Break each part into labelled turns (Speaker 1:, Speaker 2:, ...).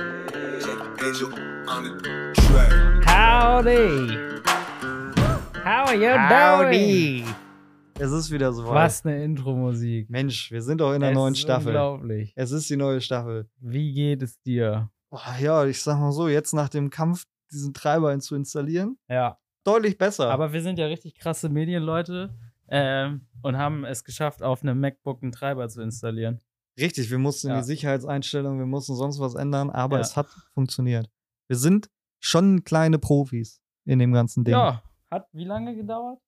Speaker 1: Angel on the track.
Speaker 2: Howdy. How are you
Speaker 3: Howdy.
Speaker 2: doing?
Speaker 3: Es ist wieder soweit.
Speaker 2: Was eine Intro-Musik.
Speaker 3: Mensch, wir sind doch in der
Speaker 2: Es
Speaker 3: neuen
Speaker 2: ist
Speaker 3: Staffel.
Speaker 2: Unglaublich.
Speaker 3: Es ist die neue Staffel.
Speaker 2: Wie geht es dir?
Speaker 3: Oh, ja, ich sag mal so, jetzt nach dem Kampf diesen Treiber zu installieren,
Speaker 2: Ja.
Speaker 3: deutlich besser.
Speaker 2: Aber wir sind ja richtig krasse Medienleute ähm, und haben es geschafft, auf einem MacBook einen Treiber zu installieren.
Speaker 3: Richtig, wir mussten
Speaker 2: Ja.
Speaker 3: die Sicherheitseinstellungen, wir mussten sonst was ändern, aber
Speaker 2: Ja.
Speaker 3: es hat funktioniert. Wir sind schon kleine Profis in dem ganzen Ding.
Speaker 2: Ja. Hat wie lange gedauert?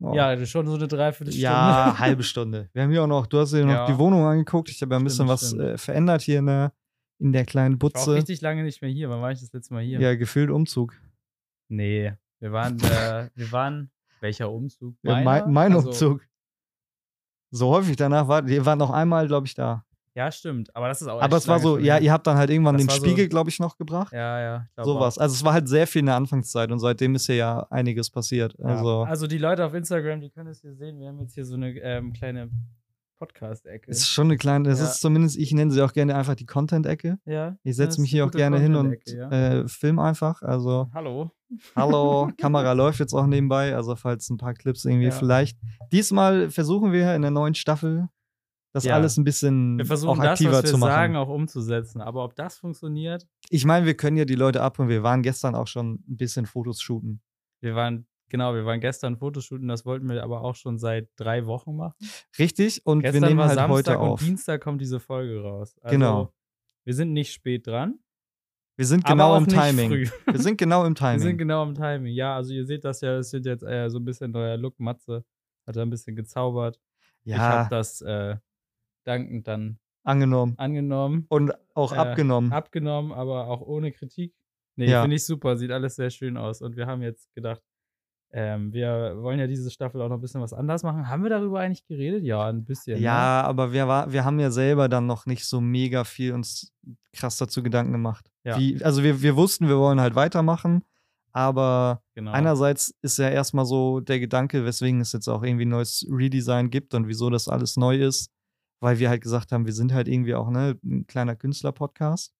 Speaker 3: Oh.
Speaker 2: Ja, das ist schon so eine Dreiviertelstunde.
Speaker 3: Ja, halbe Stunde. Wir haben hier auch noch, du hast dir noch
Speaker 2: Ja.
Speaker 3: die Wohnung angeguckt. Ich habe ja ein bisschen
Speaker 2: Stimmt,
Speaker 3: was
Speaker 2: stimmt.
Speaker 3: äh, verändert hier in der, in der kleinen
Speaker 2: Ich war auch
Speaker 3: Butze.
Speaker 2: richtig lange nicht mehr hier. Wann war ich das letzte Mal hier?
Speaker 3: Ja, gefühlt Umzug.
Speaker 2: Nee, wir waren, äh, wir waren, welcher Umzug?
Speaker 3: Ja,
Speaker 2: Meiner?
Speaker 3: mein mein
Speaker 2: Also-
Speaker 3: Umzug. So häufig danach war, ihr wart noch einmal, glaube ich, da.
Speaker 2: Ja, stimmt. Aber das ist auch
Speaker 3: Aber
Speaker 2: echt
Speaker 3: es war
Speaker 2: lange
Speaker 3: so,
Speaker 2: schon
Speaker 3: ja,
Speaker 2: her.
Speaker 3: ihr habt dann halt irgendwann
Speaker 2: Das
Speaker 3: den
Speaker 2: war so-
Speaker 3: Spiegel, glaube ich, noch gebracht.
Speaker 2: Ja, ja. ich glaub
Speaker 3: Sowas. Also es war halt sehr viel in der Anfangszeit und seitdem ist hier ja einiges passiert.
Speaker 2: auch. Ja.
Speaker 3: Also
Speaker 2: also die Leute auf Instagram, die können es hier sehen. Wir haben jetzt hier so eine ähm, kleine Podcast-Ecke.
Speaker 3: es ist schon eine kleine, es
Speaker 2: Ja.
Speaker 3: ist zumindest, ich nenne sie auch gerne einfach die Content-Ecke.
Speaker 2: Ja.
Speaker 3: Ich
Speaker 2: das
Speaker 3: setze
Speaker 2: ist
Speaker 3: mich
Speaker 2: eine
Speaker 3: hier auch
Speaker 2: gute
Speaker 3: gerne hin und
Speaker 2: Content-Ecke, ja.
Speaker 3: äh, film einfach. Also
Speaker 2: Hallo.
Speaker 3: hallo, Kamera läuft jetzt auch nebenbei. Also falls ein paar Clips irgendwie
Speaker 2: Ja.
Speaker 3: vielleicht. Diesmal versuchen wir in der neuen Staffel das
Speaker 2: Ja.
Speaker 3: alles ein bisschen
Speaker 2: Wir
Speaker 3: Hm, auch
Speaker 2: versuchen das,
Speaker 3: aktiver
Speaker 2: was wir
Speaker 3: zu machen.
Speaker 2: sagen, auch umzusetzen. Aber ob das funktioniert,
Speaker 3: Ich meine, wir können ja die Leute abholen. Wir waren gestern auch schon ein bisschen Fotos shooten.
Speaker 2: wir waren, genau, wir waren gestern Fotoshooten, das wollten wir aber auch schon seit drei Wochen machen.
Speaker 3: Richtig? Und
Speaker 2: gestern
Speaker 3: wir nehmen
Speaker 2: war
Speaker 3: halt
Speaker 2: Samstag
Speaker 3: heute
Speaker 2: und
Speaker 3: auf.
Speaker 2: Dienstag kommt diese Folge raus. Also,
Speaker 3: Genau.
Speaker 2: Wir sind nicht spät dran.
Speaker 3: Wir sind
Speaker 2: aber
Speaker 3: genau
Speaker 2: auch
Speaker 3: im
Speaker 2: nicht
Speaker 3: Timing.
Speaker 2: Früh.
Speaker 3: Wir sind genau im Timing.
Speaker 2: Wir sind genau im Timing. Ja, also ihr seht das ja, es wird jetzt äh, so ein bisschen neuer Look. Matze hat da ein bisschen gezaubert. Ich
Speaker 3: ja,
Speaker 2: habe das äh, dankend dann
Speaker 3: angenommen.
Speaker 2: angenommen,
Speaker 3: Und auch
Speaker 2: Äh,
Speaker 3: abgenommen.
Speaker 2: abgenommen, aber auch ohne Kritik. Nee,
Speaker 3: Mhm. Ja.
Speaker 2: finde ich super, sieht alles sehr schön aus. Und wir haben jetzt gedacht, ähm, wir wollen ja diese Staffel auch noch ein bisschen was anders machen. Haben wir darüber eigentlich geredet? Ja, ein bisschen. Ne?
Speaker 3: ja, aber wir, war, wir haben ja selber dann noch nicht so mega viel uns krass dazu Gedanken gemacht.
Speaker 2: Ja.
Speaker 3: Wie, also wir, wir wussten, wir wollen halt weitermachen. Aber
Speaker 2: Genau.
Speaker 3: einerseits ist ja erstmal so der Gedanke, weswegen es jetzt auch irgendwie ein neues Redesign gibt und wieso das alles neu ist, weil wir halt gesagt haben, wir sind halt irgendwie auch ne, ein kleiner Künstler-Podcast.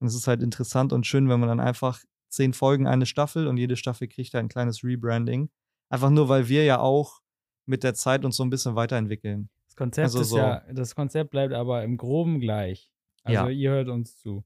Speaker 3: Und es ist halt interessant und schön, wenn man dann einfach zehn Folgen eine Staffel und jede Staffel kriegt halt ein kleines Rebranding. Einfach nur, weil wir ja auch mit der Zeit uns so ein bisschen weiterentwickeln.
Speaker 2: das Konzept
Speaker 3: also
Speaker 2: ist
Speaker 3: so.
Speaker 2: ja, das Konzept bleibt aber im Groben gleich. Also
Speaker 3: Ja.
Speaker 2: ihr hört uns zu.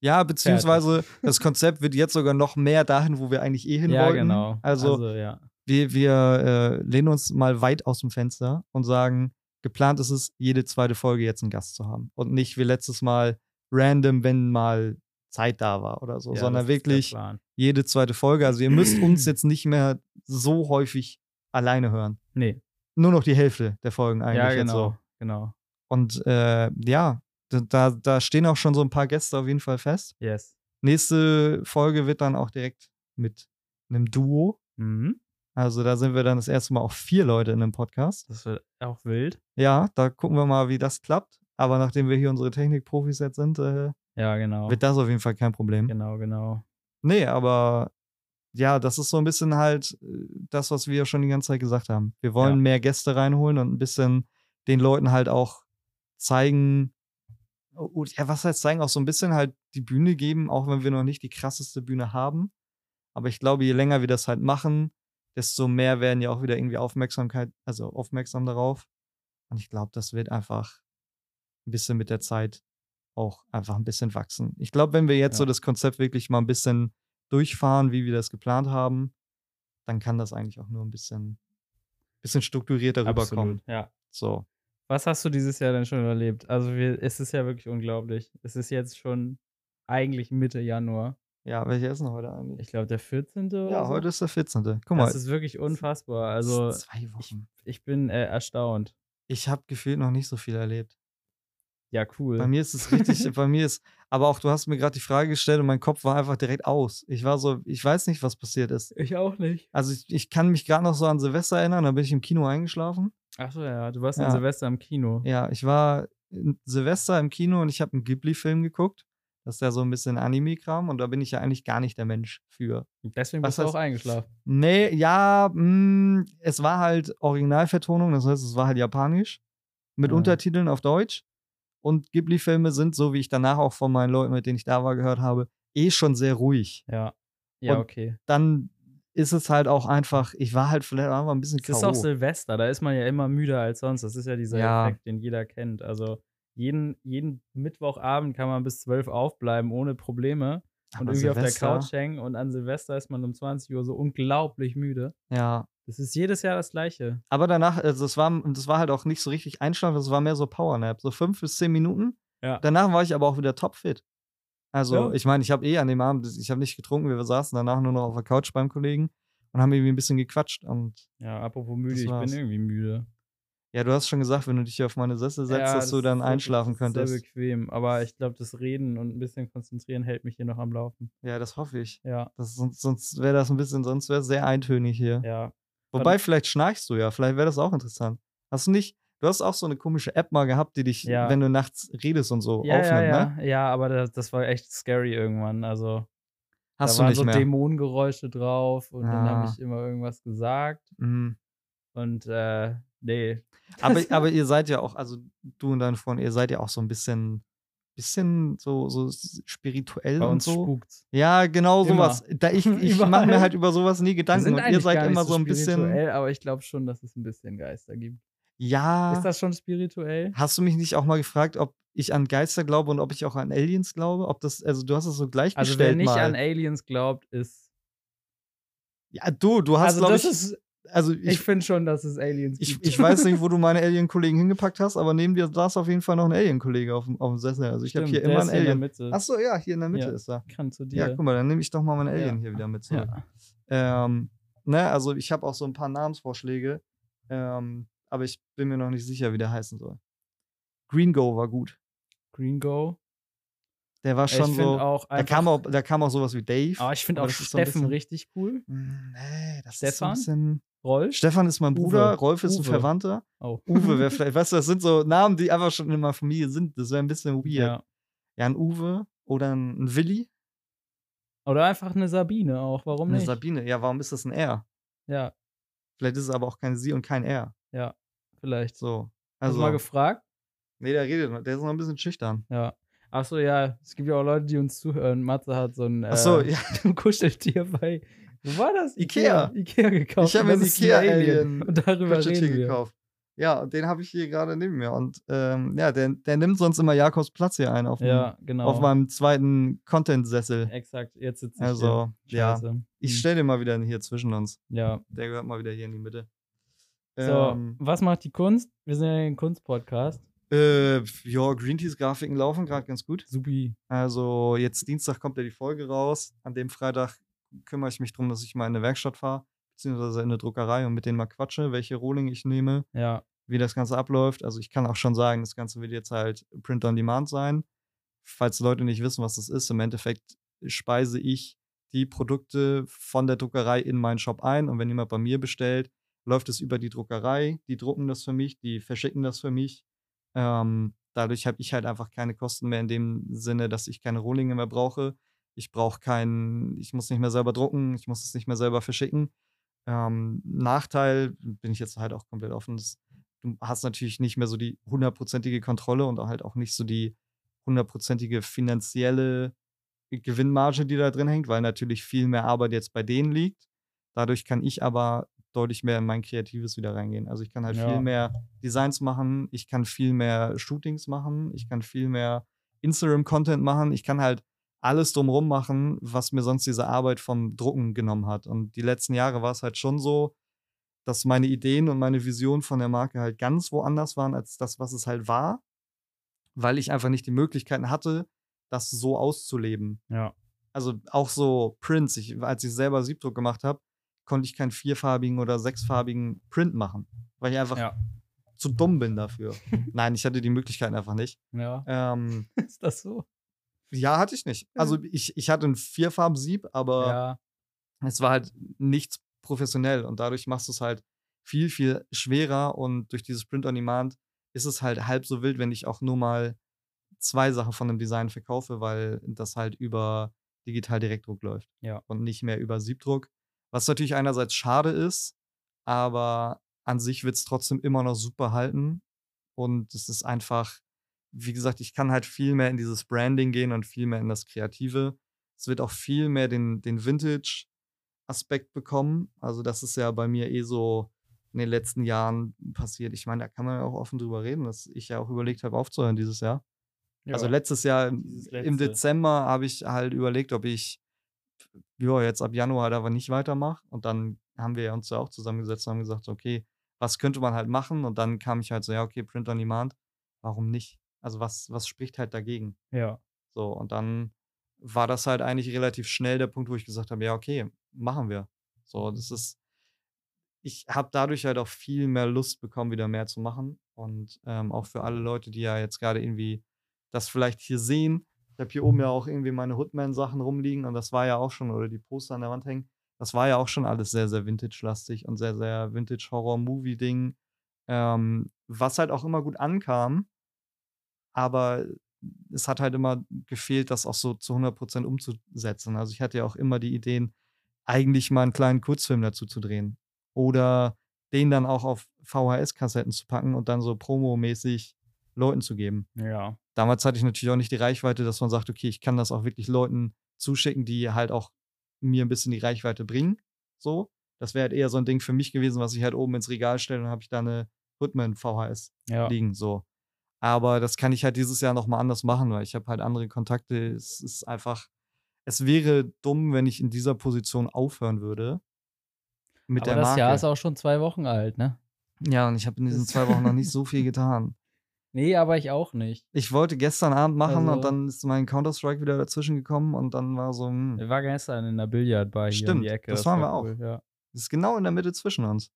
Speaker 3: Ja, beziehungsweise das Konzept wird jetzt sogar noch mehr dahin, wo wir eigentlich eh hin
Speaker 2: ja,
Speaker 3: wollten.
Speaker 2: genau.
Speaker 3: Also,
Speaker 2: also ja.
Speaker 3: wir, wir äh, lehnen uns mal weit aus dem Fenster und sagen, geplant ist es, jede zweite Folge jetzt einen Gast zu haben. Und nicht wie letztes Mal random, wenn mal Zeit da war oder so,
Speaker 2: ja,
Speaker 3: sondern
Speaker 2: das ist der
Speaker 3: wirklich
Speaker 2: Plan.
Speaker 3: jede zweite Folge. Also ihr müsst uns jetzt nicht mehr so häufig alleine hören.
Speaker 2: Nee.
Speaker 3: Nur noch die Hälfte der Folgen eigentlich
Speaker 2: Ne, ja,
Speaker 3: jetzt
Speaker 2: genau.
Speaker 3: so.
Speaker 2: Genau.
Speaker 3: Und äh, ja, da- da, da stehen auch schon so ein paar Gäste auf jeden Fall fest.
Speaker 2: Yes.
Speaker 3: Nächste Folge wird dann auch direkt mit einem Duo.
Speaker 2: Mhm.
Speaker 3: Also da sind wir dann das erste Mal auch vier Leute in einem Podcast.
Speaker 2: Das wird auch wild.
Speaker 3: Ja, da gucken wir mal, wie das klappt. Aber nachdem wir hier unsere Technikprofis jetzt sind, äh,
Speaker 2: Ja, genau.
Speaker 3: wird das auf jeden Fall kein Problem.
Speaker 2: Genau, genau.
Speaker 3: Nee, aber ja, das ist so ein bisschen halt äh, das, was wir schon die ganze Zeit gesagt haben. Wir wollen
Speaker 2: Ja.
Speaker 3: mehr Gäste reinholen und ein bisschen den Leuten halt auch zeigen, oh, oh, ja, was heißt zeigen, auch so ein bisschen halt die Bühne geben, auch wenn wir noch nicht die krasseste Bühne haben. Aber ich glaube, je länger wir das halt machen, desto mehr werden ja auch wieder irgendwie Aufmerksamkeit, also aufmerksam darauf. Und ich glaube, das wird einfach ein bisschen mit der Zeit auch einfach ein bisschen wachsen. Ich glaube, wenn wir jetzt
Speaker 2: Ja.
Speaker 3: so das Konzept wirklich mal ein bisschen durchfahren, wie wir das geplant haben, dann kann das eigentlich auch nur ein bisschen, bisschen strukturierter rüberkommen.
Speaker 2: Ja.
Speaker 3: So.
Speaker 2: Was hast du dieses Jahr denn schon erlebt? Also, wir, es ist ja wirklich unglaublich. Es ist jetzt schon eigentlich Mitte Januar.
Speaker 3: Ja, welcher ist denn heute eigentlich?
Speaker 2: Ich glaube, der 14. oder
Speaker 3: Ja,
Speaker 2: so.
Speaker 3: heute ist der 14. Guck mal,
Speaker 2: Das ist wirklich unfassbar. Also,
Speaker 3: es ist zwei Wochen.
Speaker 2: ich bin äh, erstaunt.
Speaker 3: Ich, ich habe gefühlt noch nicht so viel erlebt.
Speaker 2: Ja, cool.
Speaker 3: Bei mir ist es richtig, bei mir ist, aber auch du hast mir gerade die Frage gestellt und mein Kopf war einfach direkt aus. Ich war so, ich weiß nicht, was passiert ist.
Speaker 2: ich auch nicht.
Speaker 3: Also ich, ich kann mich gerade noch so an Silvester erinnern, da bin ich im Kino eingeschlafen.
Speaker 2: Achso, ja, du warst
Speaker 3: Ja.
Speaker 2: an Silvester im Kino.
Speaker 3: Ja, ich war in Silvester im Kino und ich habe einen Ghibli-Film geguckt. Das ist ja so ein bisschen Anime-Kram und da bin ich ja eigentlich gar nicht der Mensch für.
Speaker 2: Und deswegen
Speaker 3: Was
Speaker 2: bist du
Speaker 3: heißt-
Speaker 2: auch eingeschlafen.
Speaker 3: Nee, ja, mh, es war halt Originalvertonung, das heißt, es war halt japanisch mit
Speaker 2: Ah.
Speaker 3: Untertiteln auf Deutsch. Und Ghibli-Filme sind, so wie ich danach auch von meinen Leuten, mit denen ich da war, gehört habe, eh schon sehr ruhig.
Speaker 2: Ja. Ja,
Speaker 3: Und
Speaker 2: okay.
Speaker 3: Dann ist es halt auch einfach, ich war halt vielleicht einfach ein bisschen
Speaker 2: Es ist auch
Speaker 3: K.O.
Speaker 2: Silvester, da ist man ja immer müder als sonst. Das ist ja dieser
Speaker 3: Ja.
Speaker 2: Effekt, den jeder kennt. Also jeden, jeden Mittwochabend kann man bis 12 aufbleiben ohne Probleme und
Speaker 3: Aber
Speaker 2: irgendwie auf
Speaker 3: Silvester,
Speaker 2: der Couch hängen. Und an Silvester ist man um 20 Uhr so unglaublich müde.
Speaker 3: Ja.
Speaker 2: Das ist jedes Jahr das Gleiche.
Speaker 3: Aber danach, also das war, das war halt auch nicht so richtig einschlafen, das war mehr so Powernap. So fünf bis zehn Minuten.
Speaker 2: Ja.
Speaker 3: Danach war ich aber auch wieder topfit. Also,
Speaker 2: Ja.
Speaker 3: ich meine, ich habe eh an dem Abend, ich habe nicht getrunken, wir saßen danach nur noch auf der Couch beim Kollegen und haben irgendwie ein bisschen gequatscht. Und
Speaker 2: Ja, apropos müde,
Speaker 3: Das
Speaker 2: ich bin
Speaker 3: war's.
Speaker 2: irgendwie müde.
Speaker 3: ja, du hast schon gesagt, wenn du dich hier auf meine Sessel setzt,
Speaker 2: ja,
Speaker 3: dass
Speaker 2: das
Speaker 3: du dann
Speaker 2: ist-
Speaker 3: einschlafen
Speaker 2: das ist Sehr
Speaker 3: könntest.
Speaker 2: bequem, aber ich glaube, das Reden und ein bisschen Konzentrieren hält mich hier noch am Laufen.
Speaker 3: Ja, das hoffe ich.
Speaker 2: Ja,
Speaker 3: Das, sonst sonst wäre das ein bisschen, sonst wäre es sehr eintönig hier.
Speaker 2: ja.
Speaker 3: Wobei, vielleicht schnarchst du ja, vielleicht wäre das auch interessant. Hast du nicht, du hast auch so eine komische App mal gehabt, die dich,
Speaker 2: Ja.
Speaker 3: wenn du nachts redest und so,
Speaker 2: Ja, ja,
Speaker 3: aufnimmt,
Speaker 2: ja.
Speaker 3: ne?
Speaker 2: ja, aber das, das war echt scary irgendwann. Also, da
Speaker 3: Hast du
Speaker 2: waren
Speaker 3: nicht
Speaker 2: so
Speaker 3: mehr.
Speaker 2: Dämonengeräusche drauf und dann habe
Speaker 3: Ah.
Speaker 2: ich immer irgendwas gesagt.
Speaker 3: Mhm.
Speaker 2: Und äh, nee.
Speaker 3: Aber, aber ihr seid ja auch, also du und deine Freunde, ihr seid ja auch so ein bisschen, bisschen so, so spirituell
Speaker 2: bei
Speaker 3: und
Speaker 2: uns
Speaker 3: so.
Speaker 2: spukt's.
Speaker 3: Ja, genau
Speaker 2: Immer.
Speaker 3: sowas. Da ich ich
Speaker 2: Überall.
Speaker 3: mache mir halt über sowas nie
Speaker 2: Wir
Speaker 3: Gedanken. Und ihr
Speaker 2: eigentlich
Speaker 3: seid
Speaker 2: gar nicht
Speaker 3: immer so ein bisschen.
Speaker 2: spirituell, aber ich glaube schon, dass es ein bisschen Geister gibt.
Speaker 3: Ja.
Speaker 2: Ist das schon spirituell?
Speaker 3: Hast du mich nicht auch mal gefragt, ob ich an Geister glaube und ob ich auch an Aliens glaube? Ob das, also du hast es so gleichgestellt
Speaker 2: Also, wer nicht
Speaker 3: mal.
Speaker 2: an Aliens glaubt, ist.
Speaker 3: ja, du, du hast,
Speaker 2: also,
Speaker 3: glaube
Speaker 2: das
Speaker 3: ich,
Speaker 2: ist.
Speaker 3: also
Speaker 2: Ich
Speaker 3: ich,
Speaker 2: finde schon, dass es Aliens
Speaker 3: ich,
Speaker 2: gibt.
Speaker 3: ich weiß nicht, wo du meine Alien-Kollegen hingepackt hast, aber neben dir saß auf jeden Fall noch ein Alien-Kollege auf dem, auf dem Sessel. Also ich habe
Speaker 2: Stimmt,
Speaker 3: hier
Speaker 2: der
Speaker 3: immer
Speaker 2: ist
Speaker 3: ein
Speaker 2: hier In
Speaker 3: Alien.
Speaker 2: der Mitte.
Speaker 3: Achso, ja, hier in der Mitte
Speaker 2: Ja.
Speaker 3: ist er.
Speaker 2: Kann zu dir.
Speaker 3: Ja, guck mal, dann nehme ich doch mal mein
Speaker 2: Ja.
Speaker 3: Alien hier wieder mit zurück.
Speaker 2: Ja.
Speaker 3: Ähm, ne, also ich habe auch so ein paar Namensvorschläge, ähm, aber ich bin mir noch nicht sicher, wie der heißen soll. Green Go war gut.
Speaker 2: Green Go.
Speaker 3: Der war schon
Speaker 2: ich finde
Speaker 3: so.
Speaker 2: auch.
Speaker 3: da,
Speaker 2: einfach-
Speaker 3: kam auch, da kam auch sowas wie Dave.
Speaker 2: Aber ich finde
Speaker 3: aber
Speaker 2: auch
Speaker 3: das ist so ein
Speaker 2: Steffen
Speaker 3: bisschen-
Speaker 2: richtig cool.
Speaker 3: Mm, Nee, das
Speaker 2: Stefan?
Speaker 3: ist so ein bisschen.
Speaker 2: Rolf.
Speaker 3: Stefan ist mein
Speaker 2: Uwe.
Speaker 3: Bruder, Rolf ist ein
Speaker 2: Uwe.
Speaker 3: Verwandter.
Speaker 2: Oh.
Speaker 3: Uwe wäre vielleicht, weißt du, das sind so Namen, die einfach schon in meiner Familie sind. Das wäre ein bisschen weird. Ja,
Speaker 2: Ja.
Speaker 3: ein Uwe oder ein ein Willi.
Speaker 2: Oder einfach eine Sabine auch. Warum
Speaker 3: eine
Speaker 2: nicht?
Speaker 3: Sabine. Ja, warum ist das ein R?
Speaker 2: ja,
Speaker 3: Vielleicht ist es aber auch kein Sie und kein R.
Speaker 2: vielleicht.
Speaker 3: So.
Speaker 2: Hast
Speaker 3: Also,
Speaker 2: du mal gefragt?
Speaker 3: nee, der redet noch. Der ist noch ein bisschen schüchtern.
Speaker 2: Ja. Achso, ja. Es gibt ja auch Leute, die uns zuhören. Matze hat so ein äh,
Speaker 3: Achso, ja,
Speaker 2: Kuscheltier bei. Wo war das?
Speaker 3: Ikea.
Speaker 2: Ikea gekauft.
Speaker 3: Ich hab
Speaker 2: und
Speaker 3: mir
Speaker 2: das
Speaker 3: ein
Speaker 2: ist ein
Speaker 3: Ikea-Alien
Speaker 2: Und darüber
Speaker 3: Kuscheltier
Speaker 2: reden wir.
Speaker 3: gekauft. Ja, und den habe ich hier gerade neben mir. Und ähm, ja, der, der nimmt sonst immer Jakobs Platz hier ein auf, dem-
Speaker 2: Ja, genau.
Speaker 3: Hm. auf meinem zweiten Content-Sessel.
Speaker 2: Exakt. Jetzt sitze ich
Speaker 3: Also,
Speaker 2: hier.
Speaker 3: ja.
Speaker 2: Scheiße.
Speaker 3: Ich
Speaker 2: Hm.
Speaker 3: stelle den mal wieder hier zwischen uns.
Speaker 2: Ja.
Speaker 3: Der gehört mal wieder hier in die Mitte.
Speaker 2: So,
Speaker 3: Ähm,
Speaker 2: was macht die Kunst? Wir sind ja ein Kunst-Podcast.
Speaker 3: äh, ja, Green Teas Grafiken laufen gerade ganz gut.
Speaker 2: Supi.
Speaker 3: Also jetzt Dienstag kommt ja die Folge raus. An dem Freitag kümmere ich mich darum, dass ich mal in eine Werkstatt fahre, beziehungsweise in eine Druckerei und mit denen mal quatsche, welche Rohling ich nehme,
Speaker 2: Ja.
Speaker 3: wie das Ganze abläuft. Also ich kann auch schon sagen, das Ganze wird jetzt halt Print on Demand sein. Falls Leute nicht wissen, was das ist, im Endeffekt speise ich die Produkte von der Druckerei in meinen Shop ein und wenn jemand bei mir bestellt, läuft es über die Druckerei, die drucken das für mich, die verschicken das für mich. Ähm, dadurch habe ich halt einfach keine Kosten mehr in dem Sinne, dass ich keine Rohlinge mehr brauche. Ich brauche keinen, ich muss nicht mehr selber drucken, ich muss es nicht mehr selber verschicken. Ähm, Nachteil bin ich jetzt halt auch komplett offen. Das, du hast natürlich nicht mehr so die hundertprozentige Kontrolle und halt auch nicht so die hundertprozentige finanzielle Gewinnmarge, die da drin hängt, weil natürlich viel mehr Arbeit jetzt bei denen liegt. Dadurch kann ich aber deutlich mehr in mein Kreatives wieder reingehen. Also ich kann halt
Speaker 2: Ja.
Speaker 3: viel mehr Designs machen, ich kann viel mehr Shootings machen, ich kann viel mehr Instagram-Content machen, ich kann halt alles drumrum machen, was mir sonst diese Arbeit vom Drucken genommen hat. Und die letzten Jahre war es halt schon so, dass meine Ideen und meine Vision von der Marke halt ganz woanders waren als das, was es halt war, weil ich einfach nicht die Möglichkeiten hatte, das so auszuleben.
Speaker 2: Ja.
Speaker 3: Also auch so Prints, ich, als ich selber Siebdruck gemacht habe, konnte ich keinen vierfarbigen oder sechsfarbigen Print machen, weil ich einfach
Speaker 2: Ja.
Speaker 3: zu dumm bin dafür. Nein, ich hatte die Möglichkeiten einfach nicht.
Speaker 2: Ja.
Speaker 3: Ähm,
Speaker 2: Ist das so?
Speaker 3: ja, hatte ich nicht. Also ich, ich hatte ein Vierfarben-Sieb, aber
Speaker 2: Ja.
Speaker 3: es war halt nichts professionell und dadurch machst du es halt viel, viel schwerer und durch dieses Print on Demand ist es halt halb so wild, wenn ich auch nur mal zwei Sachen von dem Design verkaufe, weil das halt über digital Direktdruck läuft
Speaker 2: Ja.
Speaker 3: und nicht mehr über Siebdruck. Was natürlich einerseits schade ist, aber an sich wird es trotzdem immer noch super halten. Und es ist einfach, wie gesagt, ich kann halt viel mehr in dieses Branding gehen und viel mehr in das Kreative. Es wird auch viel mehr den, den Vintage-Aspekt bekommen. Also, das ist ja bei mir eh so in den letzten Jahren passiert. Ich meine, da kann man ja auch offen drüber reden, dass ich ja auch überlegt habe, aufzuhören dieses Jahr. Also letztes Jahr im,
Speaker 2: Dieses
Speaker 3: im
Speaker 2: letzte.
Speaker 3: Dezember habe ich halt überlegt, ob ich ja, jetzt ab Januar da aber nicht weitermache. Und dann haben wir uns ja auch zusammengesetzt und haben gesagt, okay, was könnte man halt machen? Und dann kam ich halt so, ja, okay, Print on Demand, warum nicht? Also was, was spricht halt dagegen?
Speaker 2: ja.
Speaker 3: So, und dann war das halt eigentlich relativ schnell der Punkt, wo ich gesagt habe, ja, okay, machen wir. So, das ist, ich habe dadurch halt auch viel mehr Lust bekommen, wieder mehr zu machen. Und ähm, auch für alle Leute, die ja jetzt gerade irgendwie das vielleicht hier sehen. Ich habe hier oben ja auch irgendwie meine Hoodman-Sachen rumliegen und das war ja auch schon, oder die Poster an der Wand hängen, das war ja auch schon alles sehr, sehr vintage-lastig und sehr, sehr Vintage-Horror-Movie-Ding. Ähm, was halt auch immer gut ankam, aber es hat halt immer gefehlt, das auch so zu 100% umzusetzen. Also ich hatte ja auch immer die Ideen, eigentlich mal einen kleinen Kurzfilm dazu zu drehen oder den dann auch auf VHS-Kassetten zu packen und dann so promomäßig Leuten zu geben.
Speaker 2: Ja.
Speaker 3: Damals hatte ich natürlich auch nicht die Reichweite, dass man sagt, okay, ich kann das auch wirklich Leuten zuschicken, die halt auch mir ein bisschen die Reichweite bringen. So, das wäre halt eher so ein Ding für mich gewesen, was ich halt oben ins Regal stelle und habe ich da eine Hoodman VHS
Speaker 2: Ja.
Speaker 3: liegen. So. Aber das kann ich halt dieses Jahr nochmal anders machen, weil ich habe halt andere Kontakte. Es ist einfach, es wäre dumm, wenn ich in dieser Position aufhören würde. Mit
Speaker 2: Aber
Speaker 3: der
Speaker 2: das
Speaker 3: Marke.
Speaker 2: Jahr ist auch schon zwei Wochen alt, ne?
Speaker 3: ja, und ich habe in diesen
Speaker 2: Das-
Speaker 3: zwei Wochen noch nicht so viel getan.
Speaker 2: Nee, aber ich auch nicht.
Speaker 3: Ich wollte gestern Abend machen
Speaker 2: Also-
Speaker 3: und dann ist mein Counter-Strike wieder dazwischen gekommen und dann war so, hm,
Speaker 2: Wir waren gestern in der Billardbar hier um
Speaker 3: Stimmt,
Speaker 2: die Ecke.
Speaker 3: das waren
Speaker 2: war
Speaker 3: wir auch.
Speaker 2: cool, Ja.
Speaker 3: das ist genau in der Mitte zwischen uns.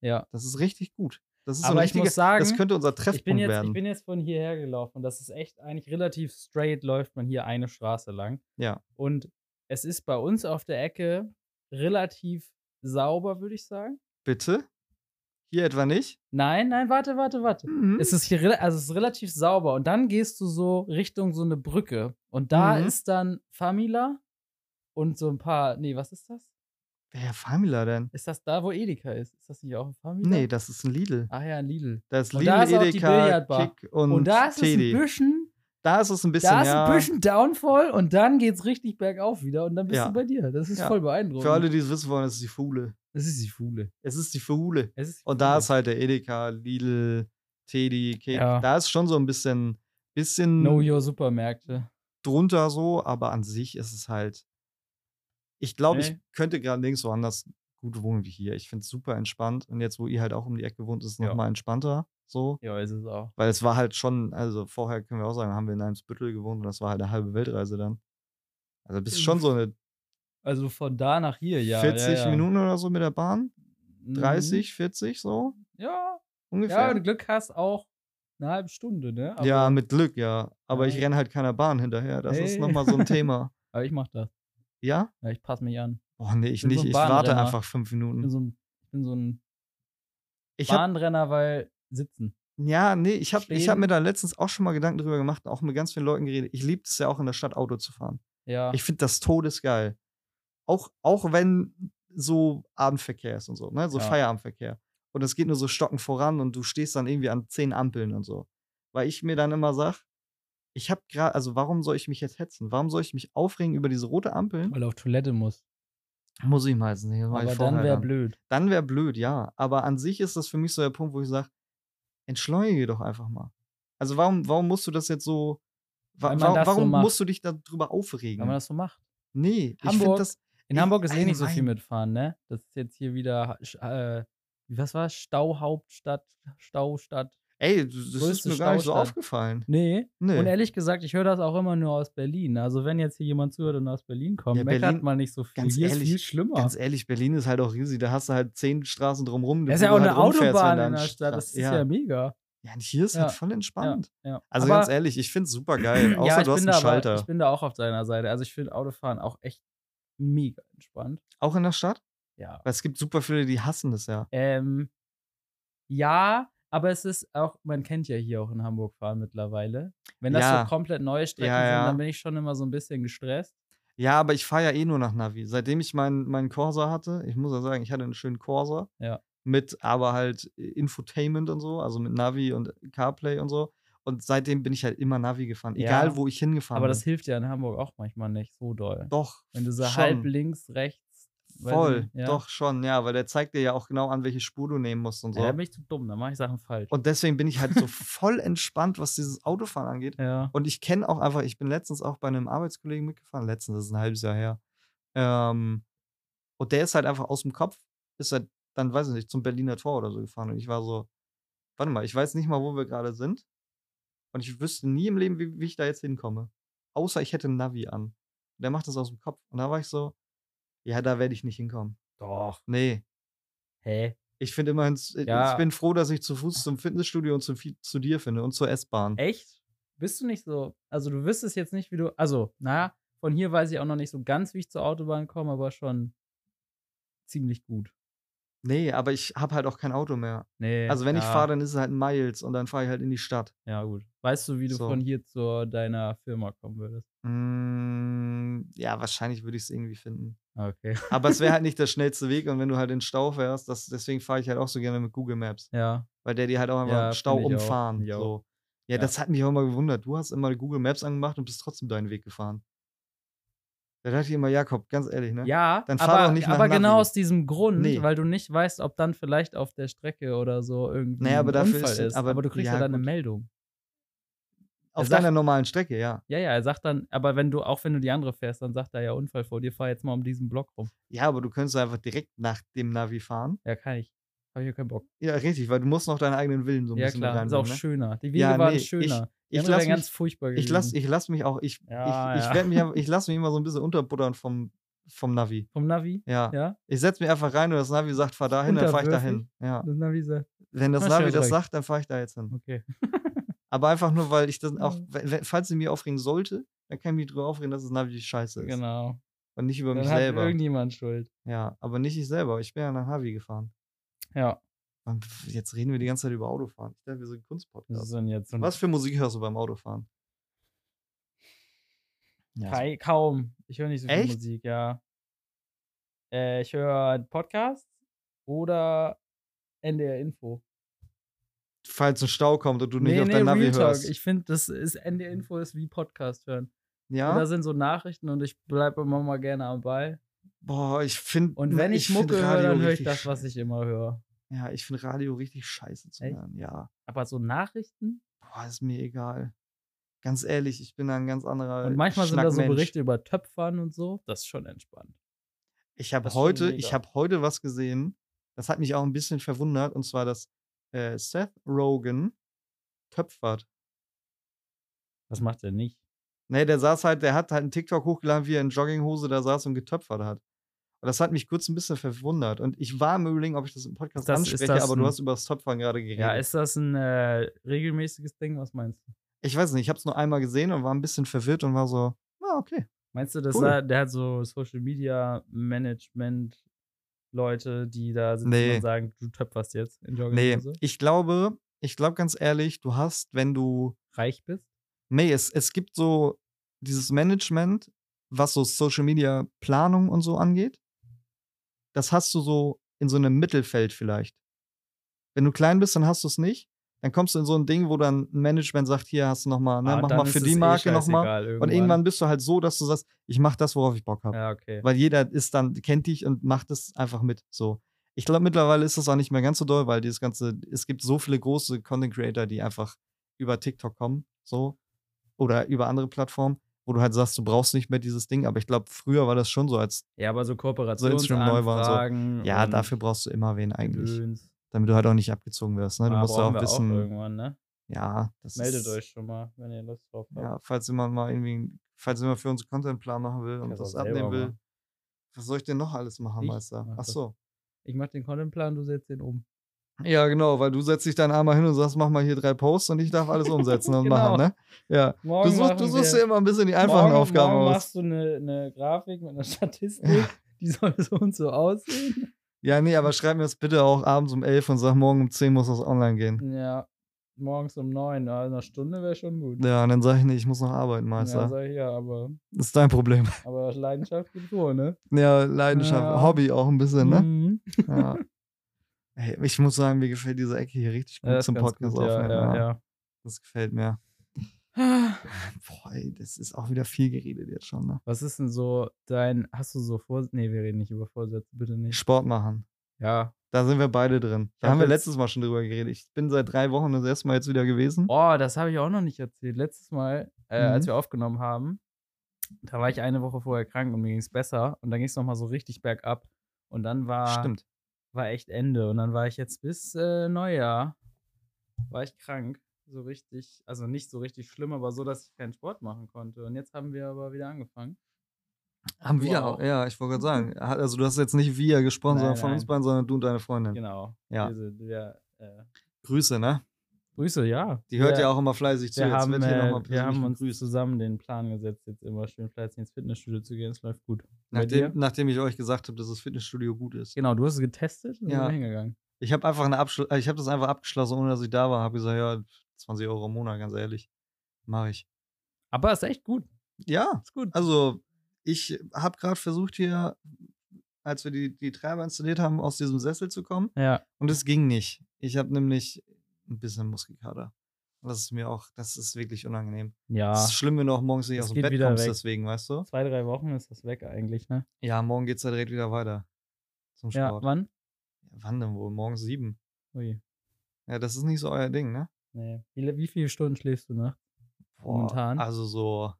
Speaker 2: ja.
Speaker 3: Das ist richtig gut. Das ist so
Speaker 2: Aber
Speaker 3: ein
Speaker 2: ich muss
Speaker 3: richtiger-
Speaker 2: sagen,
Speaker 3: das könnte unser Treffpunkt
Speaker 2: Ich bin, jetzt,
Speaker 3: werden.
Speaker 2: ich bin jetzt von hierher gelaufen und das ist echt eigentlich relativ straight, läuft man hier eine Straße lang.
Speaker 3: Ja.
Speaker 2: Und es ist bei uns auf der Ecke relativ sauber, würde ich sagen.
Speaker 3: Bitte? Hier etwa nicht?
Speaker 2: Nein, nein, warte, warte, warte.
Speaker 3: Mhm.
Speaker 2: Es ist hier rela- also es ist relativ sauber und dann gehst du so Richtung so eine Brücke und da
Speaker 3: Mhm.
Speaker 2: ist dann Famila und so ein paar, nee, was ist das?
Speaker 3: Wer Famila denn?
Speaker 2: Ist das da, wo Edeka ist? Ist das nicht auch ein Famila?
Speaker 3: Nee, das ist ein Lidl.
Speaker 2: Ah ja, Lidl.
Speaker 3: Da ist
Speaker 2: Und
Speaker 3: Lidl,
Speaker 2: da ist auch die
Speaker 3: Edeka,
Speaker 2: Billardbar.
Speaker 3: Kick und,
Speaker 2: Und, da ist
Speaker 3: Teddy.
Speaker 2: es ein bisschen
Speaker 3: da ist es ein bisschen,
Speaker 2: da ist
Speaker 3: ja.
Speaker 2: ein bisschen Downfall und dann geht's richtig bergauf wieder und dann bist
Speaker 3: Ja.
Speaker 2: du bei dir. Das ist
Speaker 3: Ja.
Speaker 2: voll beeindruckend.
Speaker 3: Für alle, die es wissen wollen, es ist die Fuhle.
Speaker 2: das ist die Fuhle.
Speaker 3: Es ist die Fuhle.
Speaker 2: Es ist die
Speaker 3: Und da
Speaker 2: Fuhle.
Speaker 3: ist halt der Edeka, Lidl, Teddy, Kick.
Speaker 2: Ja.
Speaker 3: Da ist schon so ein bisschen, bisschen
Speaker 2: No Your Supermärkte.
Speaker 3: drunter so, aber an sich ist es halt. Ich glaube, ich
Speaker 2: Nee.
Speaker 3: könnte gerade nirgends so anders gut wohnen wie hier. Ich finde es super entspannt. Und jetzt, wo ihr halt auch um die Ecke wohnt, ist es
Speaker 2: Ja.
Speaker 3: nochmal entspannter. So.
Speaker 2: Ja, ist es auch.
Speaker 3: Weil es war halt schon, also vorher können wir auch sagen, haben wir in Eimsbüttel gewohnt und das war halt eine halbe Weltreise dann. Also bist
Speaker 2: Mhm.
Speaker 3: schon so eine
Speaker 2: Also von da nach hier, ja.
Speaker 3: 40
Speaker 2: ja, ja.
Speaker 3: Minuten oder so mit der Bahn.
Speaker 2: Mhm.
Speaker 3: 30, 40 so
Speaker 2: Ja. Ja,
Speaker 3: ungefähr.
Speaker 2: wenn du Glück hast, auch eine halbe Stunde, ne?
Speaker 3: Ja, mit Glück, ja. Aber ich
Speaker 2: Ja.
Speaker 3: renne halt keiner Bahn hinterher. Das ist
Speaker 2: Nee.
Speaker 3: nochmal so ein Thema.
Speaker 2: Aber ich mach das.
Speaker 3: Ja?
Speaker 2: Ja, ich passe mich an.
Speaker 3: Oh nee, ich
Speaker 2: Bin so
Speaker 3: nicht.
Speaker 2: ein
Speaker 3: ich warte
Speaker 2: Bahnrenner.
Speaker 3: einfach fünf
Speaker 2: Ich bin
Speaker 3: Minuten.
Speaker 2: so ein, ich bin so ein
Speaker 3: Mhm. Ich hab,
Speaker 2: Bahnrenner, weil sitzen.
Speaker 3: ja, nee, ich habe ich hab
Speaker 2: Stehen.
Speaker 3: mir da letztens auch schon mal Gedanken drüber gemacht, auch mit ganz vielen Leuten geredet. Ich liebe es ja auch in der Stadt Auto zu fahren.
Speaker 2: Ja.
Speaker 3: Ich finde das todesgeil. Auch, auch wenn so Abendverkehr ist und so, ne? So
Speaker 2: Ja.
Speaker 3: Feierabendverkehr. Und es geht nur so stocken voran und du stehst dann irgendwie an zehn Ampeln und so. Weil ich mir dann immer sag, ich habe gerade, also warum soll ich mich jetzt hetzen? Warum soll ich mich aufregen über diese rote Ampel?
Speaker 2: weil du auf Toilette muss.
Speaker 3: Muss ich meistens nicht. das mach ich
Speaker 2: Aber
Speaker 3: vorher
Speaker 2: dann wäre
Speaker 3: dann.
Speaker 2: blöd.
Speaker 3: dann wäre blöd, ja. Aber an sich ist das für mich so der Punkt, wo ich sage, entschleunige doch einfach mal. Also warum, warum musst du das jetzt so, wa
Speaker 2: Weil man
Speaker 3: warum,
Speaker 2: das so
Speaker 3: warum
Speaker 2: macht.
Speaker 3: musst du dich darüber aufregen?
Speaker 2: Wenn man das so macht.
Speaker 3: nee, ich finde
Speaker 2: Hamburg-
Speaker 3: das,
Speaker 2: In
Speaker 3: Nee,
Speaker 2: Hamburg ist eh nicht so viel
Speaker 3: allgemein.
Speaker 2: mitfahren, ne? Das ist jetzt hier wieder, sch- äh, wie- was war Stauhauptstadt, Staustadt.
Speaker 3: ey, das ist
Speaker 2: Größte
Speaker 3: mir gar nicht so
Speaker 2: Staustadt.
Speaker 3: aufgefallen.
Speaker 2: Nee.
Speaker 3: Nee.
Speaker 2: Und ehrlich gesagt, ich höre das auch immer nur aus Berlin. Also wenn jetzt hier jemand zuhört und aus Berlin kommt,
Speaker 3: Ja,
Speaker 2: meckert
Speaker 3: Berlin-
Speaker 2: man nicht so viel.
Speaker 3: ganz
Speaker 2: hier ist
Speaker 3: ehrlich,
Speaker 2: viel schlimmer.
Speaker 3: Ganz ehrlich, Berlin ist halt auch riesig. Da hast du halt zehn Straßen drumrum. halt
Speaker 2: das ist ja auch eine Autobahn in der
Speaker 3: einer
Speaker 2: Stadt. Das ist ja, mega.
Speaker 3: ja, und hier ist
Speaker 2: Ja.
Speaker 3: halt voll entspannt.
Speaker 2: Ja.
Speaker 3: Also
Speaker 2: Aber-
Speaker 3: ganz ehrlich, ich finde es super geil. Außer
Speaker 2: ja, ich
Speaker 3: du hast
Speaker 2: bin da
Speaker 3: einen
Speaker 2: aber-
Speaker 3: Schalter.
Speaker 2: Ich bin da auch auf deiner Seite. Also ich finde Autofahren auch echt mega entspannt.
Speaker 3: auch in der Stadt?
Speaker 2: Ja.
Speaker 3: Weil es gibt super viele, die hassen das ja.
Speaker 2: Ähm, ja, Aber es ist auch, man kennt ja hier auch in Hamburg fahren mittlerweile. Wenn das
Speaker 3: Ja.
Speaker 2: so komplett neue Strecken
Speaker 3: Ja, ja.
Speaker 2: sind, dann bin ich schon immer so ein bisschen gestresst.
Speaker 3: Ja, aber ich fahre ja eh nur nach Navi. Seitdem ich meinen meinen Corsa hatte, ich muss ja sagen, ich hatte einen schönen Corsa.
Speaker 2: Ja.
Speaker 3: Mit aber halt Infotainment und so, also mit Navi und CarPlay und so. Und seitdem bin ich halt immer Navi gefahren,
Speaker 2: Ja.
Speaker 3: egal wo ich hingefahren
Speaker 2: Aber
Speaker 3: bin.
Speaker 2: das hilft ja in Hamburg auch manchmal nicht so doll.
Speaker 3: doch.
Speaker 2: Wenn du so
Speaker 3: schon.
Speaker 2: halb links, rechts. weiß ich
Speaker 3: Voll,
Speaker 2: nicht, ja.
Speaker 3: doch schon, ja, weil der zeigt dir ja auch genau an, welche Spur du nehmen musst und so.
Speaker 2: Ja, äh, da bin ich zu dumm, dann mache ich Sachen falsch.
Speaker 3: und deswegen bin ich halt so voll entspannt, was dieses Autofahren angeht.
Speaker 2: ja.
Speaker 3: Und ich kenne auch einfach, ich bin letztens auch bei einem Arbeitskollegen mitgefahren, letztens, das ist ein halbes Jahr her. Ähm, und der ist halt einfach aus dem Kopf, ist halt dann, weiß ich nicht, zum Berliner Tor oder so gefahren. Und ich war so, warte mal, ich weiß nicht mal, wo wir gerade sind. Und ich wüsste nie im Leben, wie, wie ich da jetzt hinkomme. Außer ich hätte ein Navi an. Und der macht das aus dem Kopf. Und da war ich so, ja, da werde ich nicht hinkommen.
Speaker 2: Doch.
Speaker 3: Nee.
Speaker 2: Hä?
Speaker 3: Ich finde immerhin, ich-
Speaker 2: Ja.
Speaker 3: ich bin froh, dass ich zu Fuß zum Fitnessstudio und zum, Fi- zu dir finde und zur S-Bahn.
Speaker 2: Echt? Bist du nicht so? Also, du wüsstest jetzt nicht, wie du. Also, naja, von hier weiß ich auch noch nicht so ganz, wie ich zur Autobahn komme, aber schon ziemlich gut.
Speaker 3: Nee, aber ich habe halt auch kein Auto mehr.
Speaker 2: Nee.
Speaker 3: Also wenn ich
Speaker 2: ja,
Speaker 3: fahre, dann ist es halt ein Miles und dann fahre ich halt in die Stadt.
Speaker 2: Ja, gut. Weißt du, wie du
Speaker 3: So.
Speaker 2: von hier zu deiner Firma kommen würdest?
Speaker 3: Mm, ja, wahrscheinlich würde ich es irgendwie finden.
Speaker 2: Okay.
Speaker 3: Aber es wäre halt nicht der schnellste Weg und wenn du halt in den Stau fährst, das, deswegen fahre ich halt auch so gerne mit Google Maps,
Speaker 2: Ja.
Speaker 3: weil der dir halt auch einfach
Speaker 2: Ja,
Speaker 3: einen Stau
Speaker 2: find ich auch,
Speaker 3: umfahren.
Speaker 2: find ich auch.
Speaker 3: So. Ja,
Speaker 2: Ja.
Speaker 3: das hat mich auch immer gewundert. Du hast immer Google Maps angemacht und bist trotzdem deinen Weg gefahren. Da dachte ich immer, Jakob, ganz ehrlich, ne?
Speaker 2: Ja,
Speaker 3: Dann fahr
Speaker 2: aber,
Speaker 3: doch nicht nach
Speaker 2: aber
Speaker 3: Navi.
Speaker 2: genau aus diesem Grund,
Speaker 3: Nee.
Speaker 2: weil du nicht weißt, ob dann vielleicht auf der Strecke oder so irgendwie
Speaker 3: Naja, aber
Speaker 2: ein
Speaker 3: dafür
Speaker 2: Unfall
Speaker 3: ist-
Speaker 2: ist.
Speaker 3: aber-
Speaker 2: Aber, du kriegst
Speaker 3: ja,
Speaker 2: ja, dann eine
Speaker 3: gut.
Speaker 2: Meldung.
Speaker 3: Auf
Speaker 2: er sagt-
Speaker 3: deiner normalen Strecke, ja.
Speaker 2: Ja, ja, er sagt dann, aber wenn du, auch wenn du die andere fährst, dann sagt er ja Unfall vor dir, fahr jetzt mal um diesen Block rum.
Speaker 3: Ja, aber du könntest einfach direkt nach dem Navi fahren.
Speaker 2: Ja, kann ich. Habe ich ja keinen Bock.
Speaker 3: Ja, richtig, weil du musst noch deinen eigenen Willen so ein
Speaker 2: Ja,
Speaker 3: bisschen
Speaker 2: klar. Ist auch
Speaker 3: reinbringen, ne?
Speaker 2: schöner. Die Wege
Speaker 3: Ja,
Speaker 2: waren
Speaker 3: nee, ich-
Speaker 2: schöner. Die
Speaker 3: Ich
Speaker 2: anderen wären
Speaker 3: lasse mich
Speaker 2: ganz furchtbar gewesen.
Speaker 3: Ich lasse ich lass mich auch, ich,
Speaker 2: Ja,
Speaker 3: ich, ich,
Speaker 2: Ah, ja.
Speaker 3: werd mich, aber- ich lasse mich immer so ein bisschen unterbuttern vom, vom Navi.
Speaker 2: Vom Navi?
Speaker 3: Ja.
Speaker 2: Ja.
Speaker 3: Ich setze mich einfach rein und das Navi sagt, fahr dahin, dann fahre ich dahin.
Speaker 2: Unterwürfig?
Speaker 3: Ja.
Speaker 2: Das Navi sagt,
Speaker 3: Wenn das
Speaker 2: Na,
Speaker 3: Navi
Speaker 2: schön
Speaker 3: das
Speaker 2: recht.
Speaker 3: sagt, dann fahre ich da jetzt hin.
Speaker 2: okay.
Speaker 3: Aber einfach nur, weil ich das auch,
Speaker 2: Mhm.
Speaker 3: we- we- falls sie mir aufregen sollte, dann kann ich mich drüber aufregen, dass das Navi scheiße ist.
Speaker 2: Genau.
Speaker 3: Und nicht über
Speaker 2: Dann
Speaker 3: mich
Speaker 2: hat
Speaker 3: selber.
Speaker 2: irgendjemand Schuld.
Speaker 3: Ja, aber nicht ich selber. Ich bin ja nach Navi gefahren.
Speaker 2: Ja.
Speaker 3: Und pff, jetzt reden wir die ganze Zeit über Autofahren. Ich dachte, wir sind ein
Speaker 2: Das ist
Speaker 3: Kunstpodcast.
Speaker 2: dann jetzt so ein
Speaker 3: Was für Musik hörst du beim Autofahren? Ja,
Speaker 2: Kai, kaum. Ich höre nicht so viel
Speaker 3: Echt?
Speaker 2: Musik, ja. Äh, ich höre Podcasts oder NDR Info.
Speaker 3: falls ein Stau kommt und du nicht auf dein Navi
Speaker 2: Real Talk.
Speaker 3: hörst. Hm.
Speaker 2: Ich finde, das ist NDR Info ist wie Podcast hören.
Speaker 3: ja?
Speaker 2: Und da sind so Nachrichten und ich bleibe immer mal gerne am Ball.
Speaker 3: Boah, Hm, ich finde.
Speaker 2: Und wenn ich, Mucke höre, dann höre ich das, was
Speaker 3: ich.
Speaker 2: ich immer höre.
Speaker 3: Ja, ich finde Radio richtig scheiße zu
Speaker 2: Echt?
Speaker 3: hören. Ja.
Speaker 2: Aber so Nachrichten?
Speaker 3: Boah, ist mir egal. Ganz ehrlich, ich bin da ein ganz anderer.
Speaker 2: Und manchmal sind da so
Speaker 3: Äh, Schnackmensch.
Speaker 2: Berichte über Töpfern und so. Das ist schon entspannt.
Speaker 3: Ich habe
Speaker 2: Das ist schon
Speaker 3: heute,
Speaker 2: mega.
Speaker 3: ich habe heute was gesehen. Das hat mich auch ein bisschen verwundert. Und zwar, dass äh, Seth Rogen töpfert.
Speaker 2: Was macht er nicht?
Speaker 3: Nee, der saß halt, der hat halt einen TikTok hochgeladen, wie er in Jogginghose da saß und getöpfert hat. Und das hat mich kurz ein bisschen verwundert. Und ich war im Überlegen, ob ich das im Podcast
Speaker 2: Ist das- ist
Speaker 3: anspreche,
Speaker 2: das
Speaker 3: aber du
Speaker 2: ein-
Speaker 3: hast über das Töpfern gerade geredet.
Speaker 2: Ja, ist das ein äh, regelmäßiges Ding? Was meinst du?
Speaker 3: ich weiß nicht, ich habe es nur einmal gesehen und war ein bisschen verwirrt und war so, ah, okay.
Speaker 2: Meinst du, dass
Speaker 3: Cool.
Speaker 2: er, der hat so Social Media Management Leute, die da sitzen
Speaker 3: Nee.
Speaker 2: und sagen, du töpferst jetzt in
Speaker 3: Nee,
Speaker 2: Jogginghose?
Speaker 3: ich glaube, ich glaube ganz ehrlich, du hast, wenn du,
Speaker 2: Reich bist?
Speaker 3: nee, es, es gibt so dieses Management, was so Social Media Planung und so angeht. Das hast du so in so einem Mittelfeld vielleicht. Wenn du klein bist, dann hast du es nicht. Dann kommst du in so ein Ding, wo dann ein Management sagt, hier hast du nochmal, ne,
Speaker 2: Ah,
Speaker 3: mach
Speaker 2: dann
Speaker 3: mal
Speaker 2: ist
Speaker 3: für
Speaker 2: es
Speaker 3: die
Speaker 2: eh
Speaker 3: Marke nochmal.
Speaker 2: scheißegal
Speaker 3: Und irgendwann bist du halt so, dass du sagst, ich mach das, worauf ich Bock habe.
Speaker 2: Ja, okay.
Speaker 3: weil jeder ist dann, kennt dich und macht es einfach mit. So. Ich glaube, mittlerweile ist das auch nicht mehr ganz so doll, weil dieses ganze, es gibt so viele große Content Creator, die einfach über TikTok kommen, so. Oder über andere Plattformen, wo du halt sagst, du brauchst nicht mehr dieses Ding. Aber ich glaube, früher war das schon so, als
Speaker 2: Ja, aber so
Speaker 3: Instagram neu war und so.
Speaker 2: Kooperationen.
Speaker 3: ja, dafür brauchst du immer wen eigentlich.
Speaker 2: Gedöns.
Speaker 3: Damit du halt auch nicht abgezogen wirst. Ne? Du
Speaker 2: Ah,
Speaker 3: musst ja
Speaker 2: brauchen
Speaker 3: auch
Speaker 2: wir
Speaker 3: wissen,
Speaker 2: irgendwann, ne?
Speaker 3: ja, das
Speaker 2: Meldet
Speaker 3: ist,
Speaker 2: euch schon mal, wenn ihr Lust drauf habt.
Speaker 3: Ja, falls jemand mal irgendwie, falls jemand für uns einen Contentplan machen will und
Speaker 2: Kannst
Speaker 3: das
Speaker 2: auch selber
Speaker 3: abnehmen will,
Speaker 2: machen.
Speaker 3: was soll ich denn noch alles machen,
Speaker 2: Ich
Speaker 3: Meister?
Speaker 2: mach
Speaker 3: Ach
Speaker 2: das.
Speaker 3: so.
Speaker 2: Ich mach den Contentplan, du setzt den um.
Speaker 3: Ja, genau, weil du setzt dich dann einmal hin und sagst, mach mal hier drei Posts und ich darf alles umsetzen und machen, ne? Ja. Du
Speaker 2: Genau. Morgen
Speaker 3: suchst, du
Speaker 2: machen
Speaker 3: suchst
Speaker 2: wir-
Speaker 3: dir immer ein bisschen die einfachen
Speaker 2: morgen,
Speaker 3: Aufgaben
Speaker 2: morgen
Speaker 3: aus.
Speaker 2: machst du eine, eine Grafik mit einer Statistik, die soll so und so aussehen.
Speaker 3: Ja, nee, aber schreib mir das bitte auch abends um 11 und sag, morgen um 10 muss das online gehen.
Speaker 2: Ja, morgens um neun, ja, in einer Stunde wäre schon gut.
Speaker 3: Ja, also. und dann sag ich, nee, ich muss noch arbeiten,
Speaker 2: ja,
Speaker 3: Meister.
Speaker 2: sag ich ja, aber,
Speaker 3: ist dein Problem.
Speaker 2: aber Leidenschaft gibt so, ne?
Speaker 3: Ja, Leidenschaft,
Speaker 2: Ja.
Speaker 3: Hobby auch ein bisschen, ne?
Speaker 2: Mhm.
Speaker 3: Ja. Ey, ich muss sagen, mir gefällt diese Ecke hier richtig gut
Speaker 2: Ja, das ist
Speaker 3: zum
Speaker 2: ganz
Speaker 3: Podcast
Speaker 2: gut,
Speaker 3: aufnehmen.
Speaker 2: Ja,
Speaker 3: ja.
Speaker 2: ja,
Speaker 3: Das gefällt mir.
Speaker 2: ja.
Speaker 3: Boah, ey, das ist auch wieder viel geredet jetzt schon, ne?
Speaker 2: Was ist denn so dein, hast du so Vorsätze? Nee, wir reden nicht über Vorsätze, bitte nicht.
Speaker 3: Sport machen.
Speaker 2: Ja.
Speaker 3: Da sind wir beide drin. Da
Speaker 2: hab
Speaker 3: haben wir
Speaker 2: jetzt-
Speaker 3: letztes Mal schon drüber geredet. Ich bin seit drei Wochen das erste Mal jetzt wieder gewesen.
Speaker 2: Oh, das habe ich auch noch nicht erzählt. Letztes Mal, äh,
Speaker 3: Mhm.
Speaker 2: als wir aufgenommen haben, da war ich eine Woche vorher krank und mir ging es besser. Und dann ging es nochmal so richtig bergab. Und dann war,
Speaker 3: Stimmt.
Speaker 2: war echt Ende. Und dann war ich jetzt bis äh, Neujahr, war ich krank. So richtig, also nicht so richtig schlimm, aber so, dass ich keinen Sport machen konnte. Und jetzt haben wir aber wieder angefangen.
Speaker 3: Haben
Speaker 2: Du
Speaker 3: wir
Speaker 2: auch.
Speaker 3: auch. Ja, ich wollte gerade sagen. Hat- Also, du hast jetzt nicht wir gesprochen,
Speaker 2: Mhm. Nein,
Speaker 3: sondern von
Speaker 2: nein.
Speaker 3: uns beiden, sondern du und deine Freundin.
Speaker 2: Genau.
Speaker 3: Ja.
Speaker 2: Wir sind- wir, äh,
Speaker 3: Grüße, ne?
Speaker 2: Grüße, ja.
Speaker 3: Die hört
Speaker 2: wir,
Speaker 3: ja, auch immer fleißig zu.
Speaker 2: Wir haben,
Speaker 3: wird
Speaker 2: äh,
Speaker 3: noch mal
Speaker 2: wir haben
Speaker 3: persönlich
Speaker 2: uns
Speaker 3: gegrüßt.
Speaker 2: zusammen den Plan gesetzt, jetzt immer schön fleißig ins Fitnessstudio zu gehen. Es läuft gut. Bei dir?
Speaker 3: Nachdem, nachdem ich euch gesagt habe, dass das Fitnessstudio gut ist.
Speaker 2: Genau, du hast es getestet und
Speaker 3: Ja.
Speaker 2: sind wir hingegangen.
Speaker 3: Ich habe einfach eine Abschlu ich habe das einfach abgeschlossen, ohne dass ich da war. Habe gesagt, ja, 20 Euro im Monat, ganz ehrlich, mache ich.
Speaker 2: Aber ist echt gut.
Speaker 3: Ja,
Speaker 2: Ist gut.
Speaker 3: also ich habe gerade versucht hier, als wir die, die Treiber installiert haben, aus diesem Sessel zu kommen
Speaker 2: Ja.
Speaker 3: und es ging nicht. Ich habe nämlich ein bisschen Muskelkater. Und das ist mir auch, das ist wirklich unangenehm.
Speaker 2: Ja.
Speaker 3: Es ist schlimm, wenn du auch morgens nicht
Speaker 2: Es
Speaker 3: aus dem
Speaker 2: geht
Speaker 3: Bett
Speaker 2: wieder
Speaker 3: kommst,
Speaker 2: weg.
Speaker 3: deswegen, weißt du?
Speaker 2: Zwei, drei Wochen ist das weg eigentlich, ne?
Speaker 3: Ja, morgen geht's ja direkt wieder weiter zum
Speaker 2: Ja,
Speaker 3: Sport.
Speaker 2: wann?
Speaker 3: Wann denn wohl? Morgen sieben.
Speaker 2: Ui.
Speaker 3: Ja, das ist nicht so euer Ding, ne?
Speaker 2: Nee. Wie, wie viele Stunden schläfst du nachts? Momentan?
Speaker 3: Also so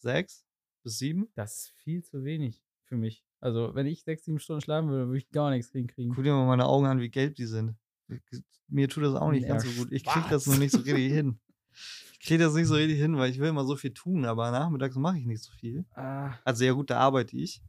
Speaker 3: sechs bis sieben.
Speaker 2: Das ist viel zu wenig für mich. Also, wenn ich sechs, sieben Stunden schlafen würde, würde ich gar nichts hinkriegen.
Speaker 3: Guck dir mal meine Augen an, wie gelb die sind. Mir tut das auch nicht ganz so gut. Ich krieg das noch nicht so richtig hin. Ich krieg das nicht so richtig hin, weil ich will immer so viel tun, aber nachmittags mache ich nicht so viel.
Speaker 2: Ah,
Speaker 3: Also ja gut, da arbeite ich.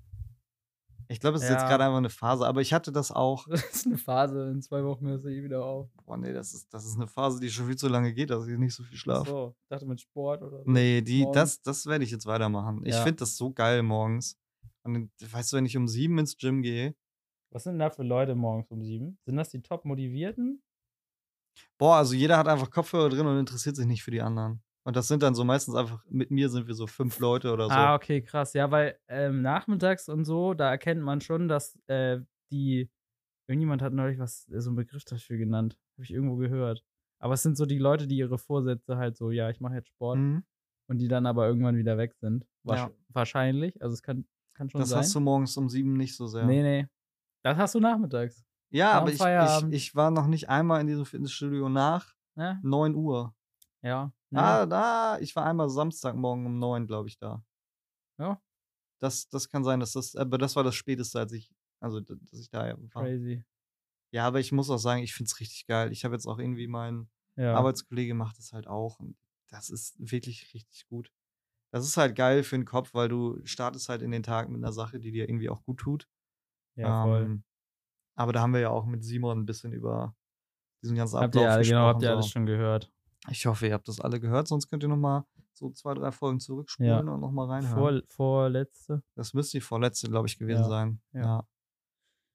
Speaker 3: Ich glaube, es ist
Speaker 2: Ja.
Speaker 3: jetzt gerade einfach eine Phase, aber ich hatte das auch.
Speaker 2: das ist eine Phase. In zwei Wochen hörst du eh wieder auf.
Speaker 3: Boah, nee, das ist, das ist eine Phase, die schon viel zu lange geht, dass ich nicht so viel
Speaker 2: Ach
Speaker 3: schlafe.
Speaker 2: So, ich dachte mit Sport oder so.
Speaker 3: Nee, die,
Speaker 2: morgens.
Speaker 3: das, das werde ich jetzt weitermachen. Ich
Speaker 2: Ja.
Speaker 3: finde das so geil morgens. Und dann, weißt du, wenn ich um sieben ins Gym gehe,
Speaker 2: Was sind da für Leute morgens um sieben? Sind das die top motivierten?
Speaker 3: boah, also jeder hat einfach Kopfhörer drin und interessiert sich nicht für die anderen. Und das sind dann so meistens einfach, mit mir sind wir so fünf Leute oder so.
Speaker 2: Ah, okay, krass. Ja, weil ähm, nachmittags und so, da erkennt man schon, dass äh, die. Irgendjemand hat neulich was, äh, so einen Begriff dafür genannt. Habe ich irgendwo gehört. Aber es sind so die Leute, die ihre Vorsätze halt so, ja, ich mache jetzt Sport
Speaker 3: Mhm.
Speaker 2: und die dann aber irgendwann wieder weg sind. Wasch-
Speaker 3: Ja.
Speaker 2: Wahrscheinlich. Also es kann, kann schon
Speaker 3: Das
Speaker 2: sein.
Speaker 3: hast du morgens um sieben nicht so sehr.
Speaker 2: Nee, nee. Das hast du nachmittags.
Speaker 3: ja,
Speaker 2: nach
Speaker 3: aber
Speaker 2: dem
Speaker 3: ich, ich,
Speaker 2: Feierabend.
Speaker 3: ich war noch nicht einmal in diesem Fitnessstudio nach
Speaker 2: Ne?
Speaker 3: 9 Uhr.
Speaker 2: Ja. ne?
Speaker 3: Ah, da, ich war einmal Samstagmorgen um 9, glaube ich, da.
Speaker 2: Ja.
Speaker 3: Das, das kann sein, dass das, aber das war das Späteste, als ich, also, dass ich da war.
Speaker 2: Crazy.
Speaker 3: Ja, aber ich muss auch sagen, ich find's richtig geil. Ich habe jetzt auch irgendwie meinen
Speaker 2: Ja.
Speaker 3: Arbeitskollege macht das halt auch. Und das ist wirklich richtig gut. Das ist halt geil für den Kopf, weil du startest halt in den Tag mit einer Sache, die dir irgendwie auch gut tut.
Speaker 2: ja, voll.
Speaker 3: Ähm, aber da haben wir ja auch mit Simon ein bisschen über diesen ganzen
Speaker 2: habt
Speaker 3: Ablauf
Speaker 2: ihr alle, genau, habt ihr
Speaker 3: gesprochen,
Speaker 2: alles
Speaker 3: so.
Speaker 2: schon gehört.
Speaker 3: Ich hoffe, ihr habt das alle gehört, sonst könnt ihr nochmal so zwei, drei Folgen zurückspulen und nochmal reinhören.
Speaker 2: Vor, vorletzte.
Speaker 3: Das müsste die vorletzte, glaube ich, gewesen
Speaker 2: Ja,
Speaker 3: sein.
Speaker 2: ja.
Speaker 3: Ja.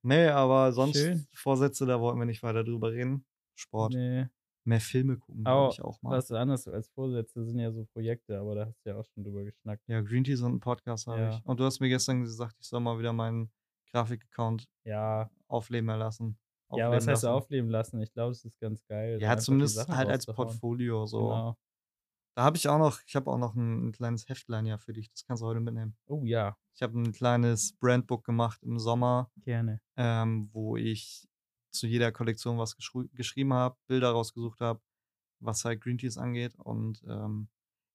Speaker 3: Nee, aber sonst
Speaker 2: Schön.
Speaker 3: Vorsätze, da wollten wir nicht weiter drüber reden. Sport.
Speaker 2: Nee,
Speaker 3: Mehr Filme gucken,
Speaker 2: Au,
Speaker 3: glaube ich auch mal.
Speaker 2: was anderes als Vorsätze sind ja so Projekte, aber da hast du ja auch schon drüber geschnackt.
Speaker 3: Ja, Green Teas und einen Podcast habe
Speaker 2: Ja.
Speaker 3: ich. Und du hast mir gestern gesagt, ich soll mal wieder meinen Grafik-Account
Speaker 2: Ja,
Speaker 3: aufleben erlassen.
Speaker 2: ja was
Speaker 3: Aufleben
Speaker 2: heißt
Speaker 3: lassen.
Speaker 2: aufleben lassen? Ich glaube, es ist ganz geil. da
Speaker 3: Ja,
Speaker 2: einfach die
Speaker 3: zumindest
Speaker 2: Sachen
Speaker 3: halt als
Speaker 2: rauszuhauen.
Speaker 3: Portfolio so.
Speaker 2: Genau.
Speaker 3: Da habe ich auch noch, ich habe auch noch ein, ein kleines Heftlein ja für dich. Das kannst du heute mitnehmen.
Speaker 2: Oh ja,
Speaker 3: Ich habe ein kleines Brandbook gemacht im Sommer,
Speaker 2: gerne.
Speaker 3: ähm, wo ich zu jeder Kollektion was geschru- geschrieben habe, Bilder rausgesucht habe, was halt Green Teas angeht. Und ähm,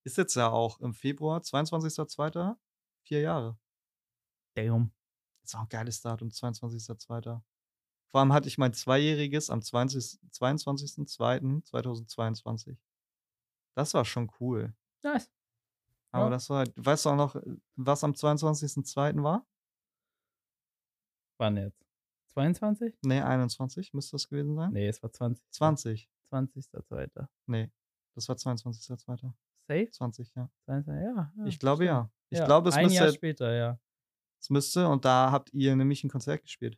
Speaker 3: ist jetzt ja auch im Februar, 22.02., vier Jahre.
Speaker 2: Damn.
Speaker 3: Ist auch ein geiles Datum, 22.02. Vor allem hatte ich mein Zweijähriges am 20 22.02.2022. Das war schon cool.
Speaker 2: Nice.
Speaker 3: Aber
Speaker 2: Ja.
Speaker 3: das war halt, weißt du auch noch, was am 22.02. war?
Speaker 2: Wann jetzt? 22?
Speaker 3: Nee, 21 Ne, müsste das gewesen sein.
Speaker 2: Nee, Ne, es war 20.
Speaker 3: 20.
Speaker 2: 20.02.
Speaker 3: Nee, das war 22.02.
Speaker 2: Safe?
Speaker 3: 20, ja.
Speaker 2: 22, ja. ja.
Speaker 3: Ich glaube ja. Ich
Speaker 2: Ja,
Speaker 3: glaube, es
Speaker 2: Ein Jahr
Speaker 3: müsste.
Speaker 2: später, ja.
Speaker 3: Es müsste. Und da habt ihr nämlich ein Konzert gespielt.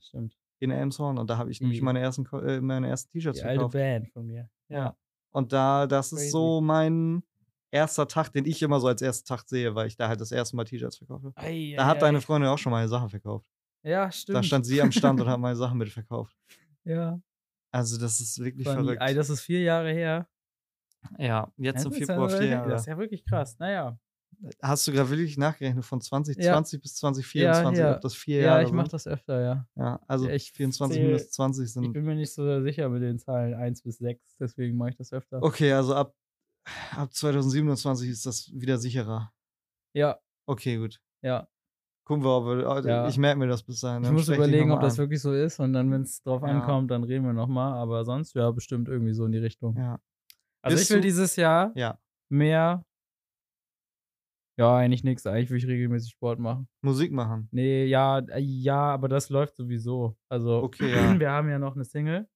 Speaker 2: Stimmt.
Speaker 3: In Elmshorn. Und da habe ich nämlich
Speaker 2: Die-
Speaker 3: meine ersten, Ko- äh, meine ersten T-Shirts
Speaker 2: Die alte
Speaker 3: verkauft.
Speaker 2: Band von mir.
Speaker 3: Ja. Und da, das ist so mein erster Tag, den ich immer so als ersten Tag sehe, weil ich da halt das erste Mal T-Shirts verkauft habe.
Speaker 2: Ei,
Speaker 3: Da
Speaker 2: ei,
Speaker 3: hat
Speaker 2: ei.
Speaker 3: deine Freundin auch schon meine Sachen verkauft.
Speaker 2: Ja, stimmt.
Speaker 3: Da stand sie am Stand und hat meine Sachen mit verkauft.
Speaker 2: Ja.
Speaker 3: Also das ist wirklich
Speaker 2: Funny.
Speaker 3: verrückt.
Speaker 2: Ei, das ist vier Jahre her.
Speaker 3: ja, jetzt im
Speaker 2: Das ist
Speaker 3: Februar
Speaker 2: ja-
Speaker 3: vier
Speaker 2: Das
Speaker 3: Jahre.
Speaker 2: ist ja wirklich krass. Naja.
Speaker 3: Hast du gerade wirklich nachgerechnet von 2020 bis 2024,
Speaker 2: Ja, ja.
Speaker 3: ob das vier
Speaker 2: Ja,
Speaker 3: Jahre
Speaker 2: ich mache
Speaker 3: sind?
Speaker 2: das öfter, ja.
Speaker 3: Ja, also
Speaker 2: Ja, ich
Speaker 3: 24
Speaker 2: zähl-
Speaker 3: minus 20
Speaker 2: Ich
Speaker 3: sind.
Speaker 2: bin mir nicht so sicher mit den Zahlen 1 bis 6, deswegen mache ich das öfter.
Speaker 3: Okay, also ab, ab 2027 ist das wieder sicherer.
Speaker 2: Ja,
Speaker 3: Okay, gut.
Speaker 2: ja.
Speaker 3: Gucken wir, ob wir,
Speaker 2: Ja.
Speaker 3: ich merke mir das bis dahin.
Speaker 2: Ich
Speaker 3: dann
Speaker 2: muss
Speaker 3: sprech dich
Speaker 2: überlegen,
Speaker 3: noch
Speaker 2: ob
Speaker 3: mal
Speaker 2: das
Speaker 3: an.
Speaker 2: wirklich so ist und dann, wenn es drauf
Speaker 3: Ja.
Speaker 2: ankommt, dann reden wir nochmal. Aber sonst, ja, bestimmt irgendwie so in die Richtung.
Speaker 3: Ja.
Speaker 2: Also
Speaker 3: Bist
Speaker 2: ich will
Speaker 3: du-
Speaker 2: dieses Jahr
Speaker 3: Ja.
Speaker 2: mehr. Ja, eigentlich nichts. Eigentlich will ich regelmäßig Sport machen.
Speaker 3: Musik machen.
Speaker 2: Nee, ja, äh, ja, aber das läuft sowieso. Also
Speaker 3: Okay, ja.
Speaker 2: wir haben ja noch eine Single,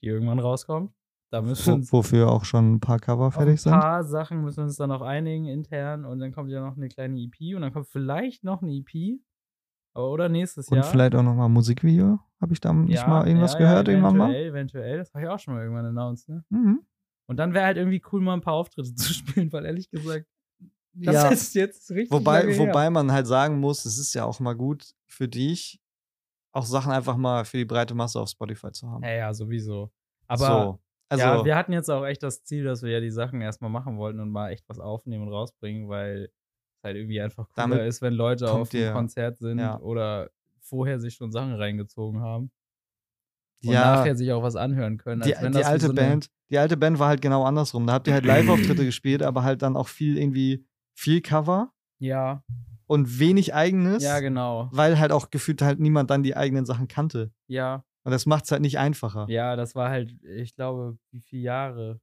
Speaker 2: die irgendwann rauskommt. Da müssen wir
Speaker 3: Wo,
Speaker 2: uns
Speaker 3: wofür auch schon ein paar Cover
Speaker 2: auf ein
Speaker 3: fertig sind.
Speaker 2: paar Sachen müssen wir uns dann auch einigen intern und dann kommt ja noch eine kleine EP und dann kommt vielleicht noch eine EP. Aber oder nächstes
Speaker 3: Und
Speaker 2: Jahr.
Speaker 3: vielleicht auch nochmal ein Musikvideo. Habe ich da nicht mal irgendwas
Speaker 2: ja,
Speaker 3: gehört
Speaker 2: ja,
Speaker 3: irgendwann mal?
Speaker 2: eventuell, Eventuell, das habe ich auch schon mal irgendwann announced, ne?
Speaker 3: Mhm.
Speaker 2: Und dann wäre halt irgendwie cool, mal ein paar Auftritte zu spielen, weil ehrlich gesagt, das
Speaker 3: Ja.
Speaker 2: ist jetzt richtig. lange
Speaker 3: Wobei,
Speaker 2: her.
Speaker 3: wobei man halt sagen muss, es ist ja auch mal gut für dich, auch Sachen einfach mal für die breite Masse auf Spotify zu haben.
Speaker 2: Ja, ja, sowieso. Aber
Speaker 3: so. Also,
Speaker 2: ja, wir hatten jetzt auch echt das Ziel, dass wir ja die Sachen erstmal machen wollten und mal echt was aufnehmen und rausbringen, weil es halt irgendwie einfach cooler
Speaker 3: Damit
Speaker 2: ist, wenn Leute
Speaker 3: kommt
Speaker 2: auf dem
Speaker 3: ihr-
Speaker 2: Konzert sind
Speaker 3: ja.
Speaker 2: oder vorher sich schon Sachen reingezogen haben und
Speaker 3: ja,
Speaker 2: nachher sich auch was anhören können.
Speaker 3: die,
Speaker 2: als wenn
Speaker 3: die
Speaker 2: das wie
Speaker 3: alte
Speaker 2: so eine-
Speaker 3: Band, die alte Band war halt genau andersrum. Da habt ihr halt Live-Auftritte gespielt, aber halt dann auch viel irgendwie viel Cover
Speaker 2: Ja,
Speaker 3: und wenig eigenes,
Speaker 2: ja, genau.
Speaker 3: weil halt auch gefühlt halt niemand dann die eigenen Sachen kannte.
Speaker 2: Ja.
Speaker 3: Und das macht's halt nicht einfacher.
Speaker 2: Ja, das war halt, ich glaube, wie viele Jahre?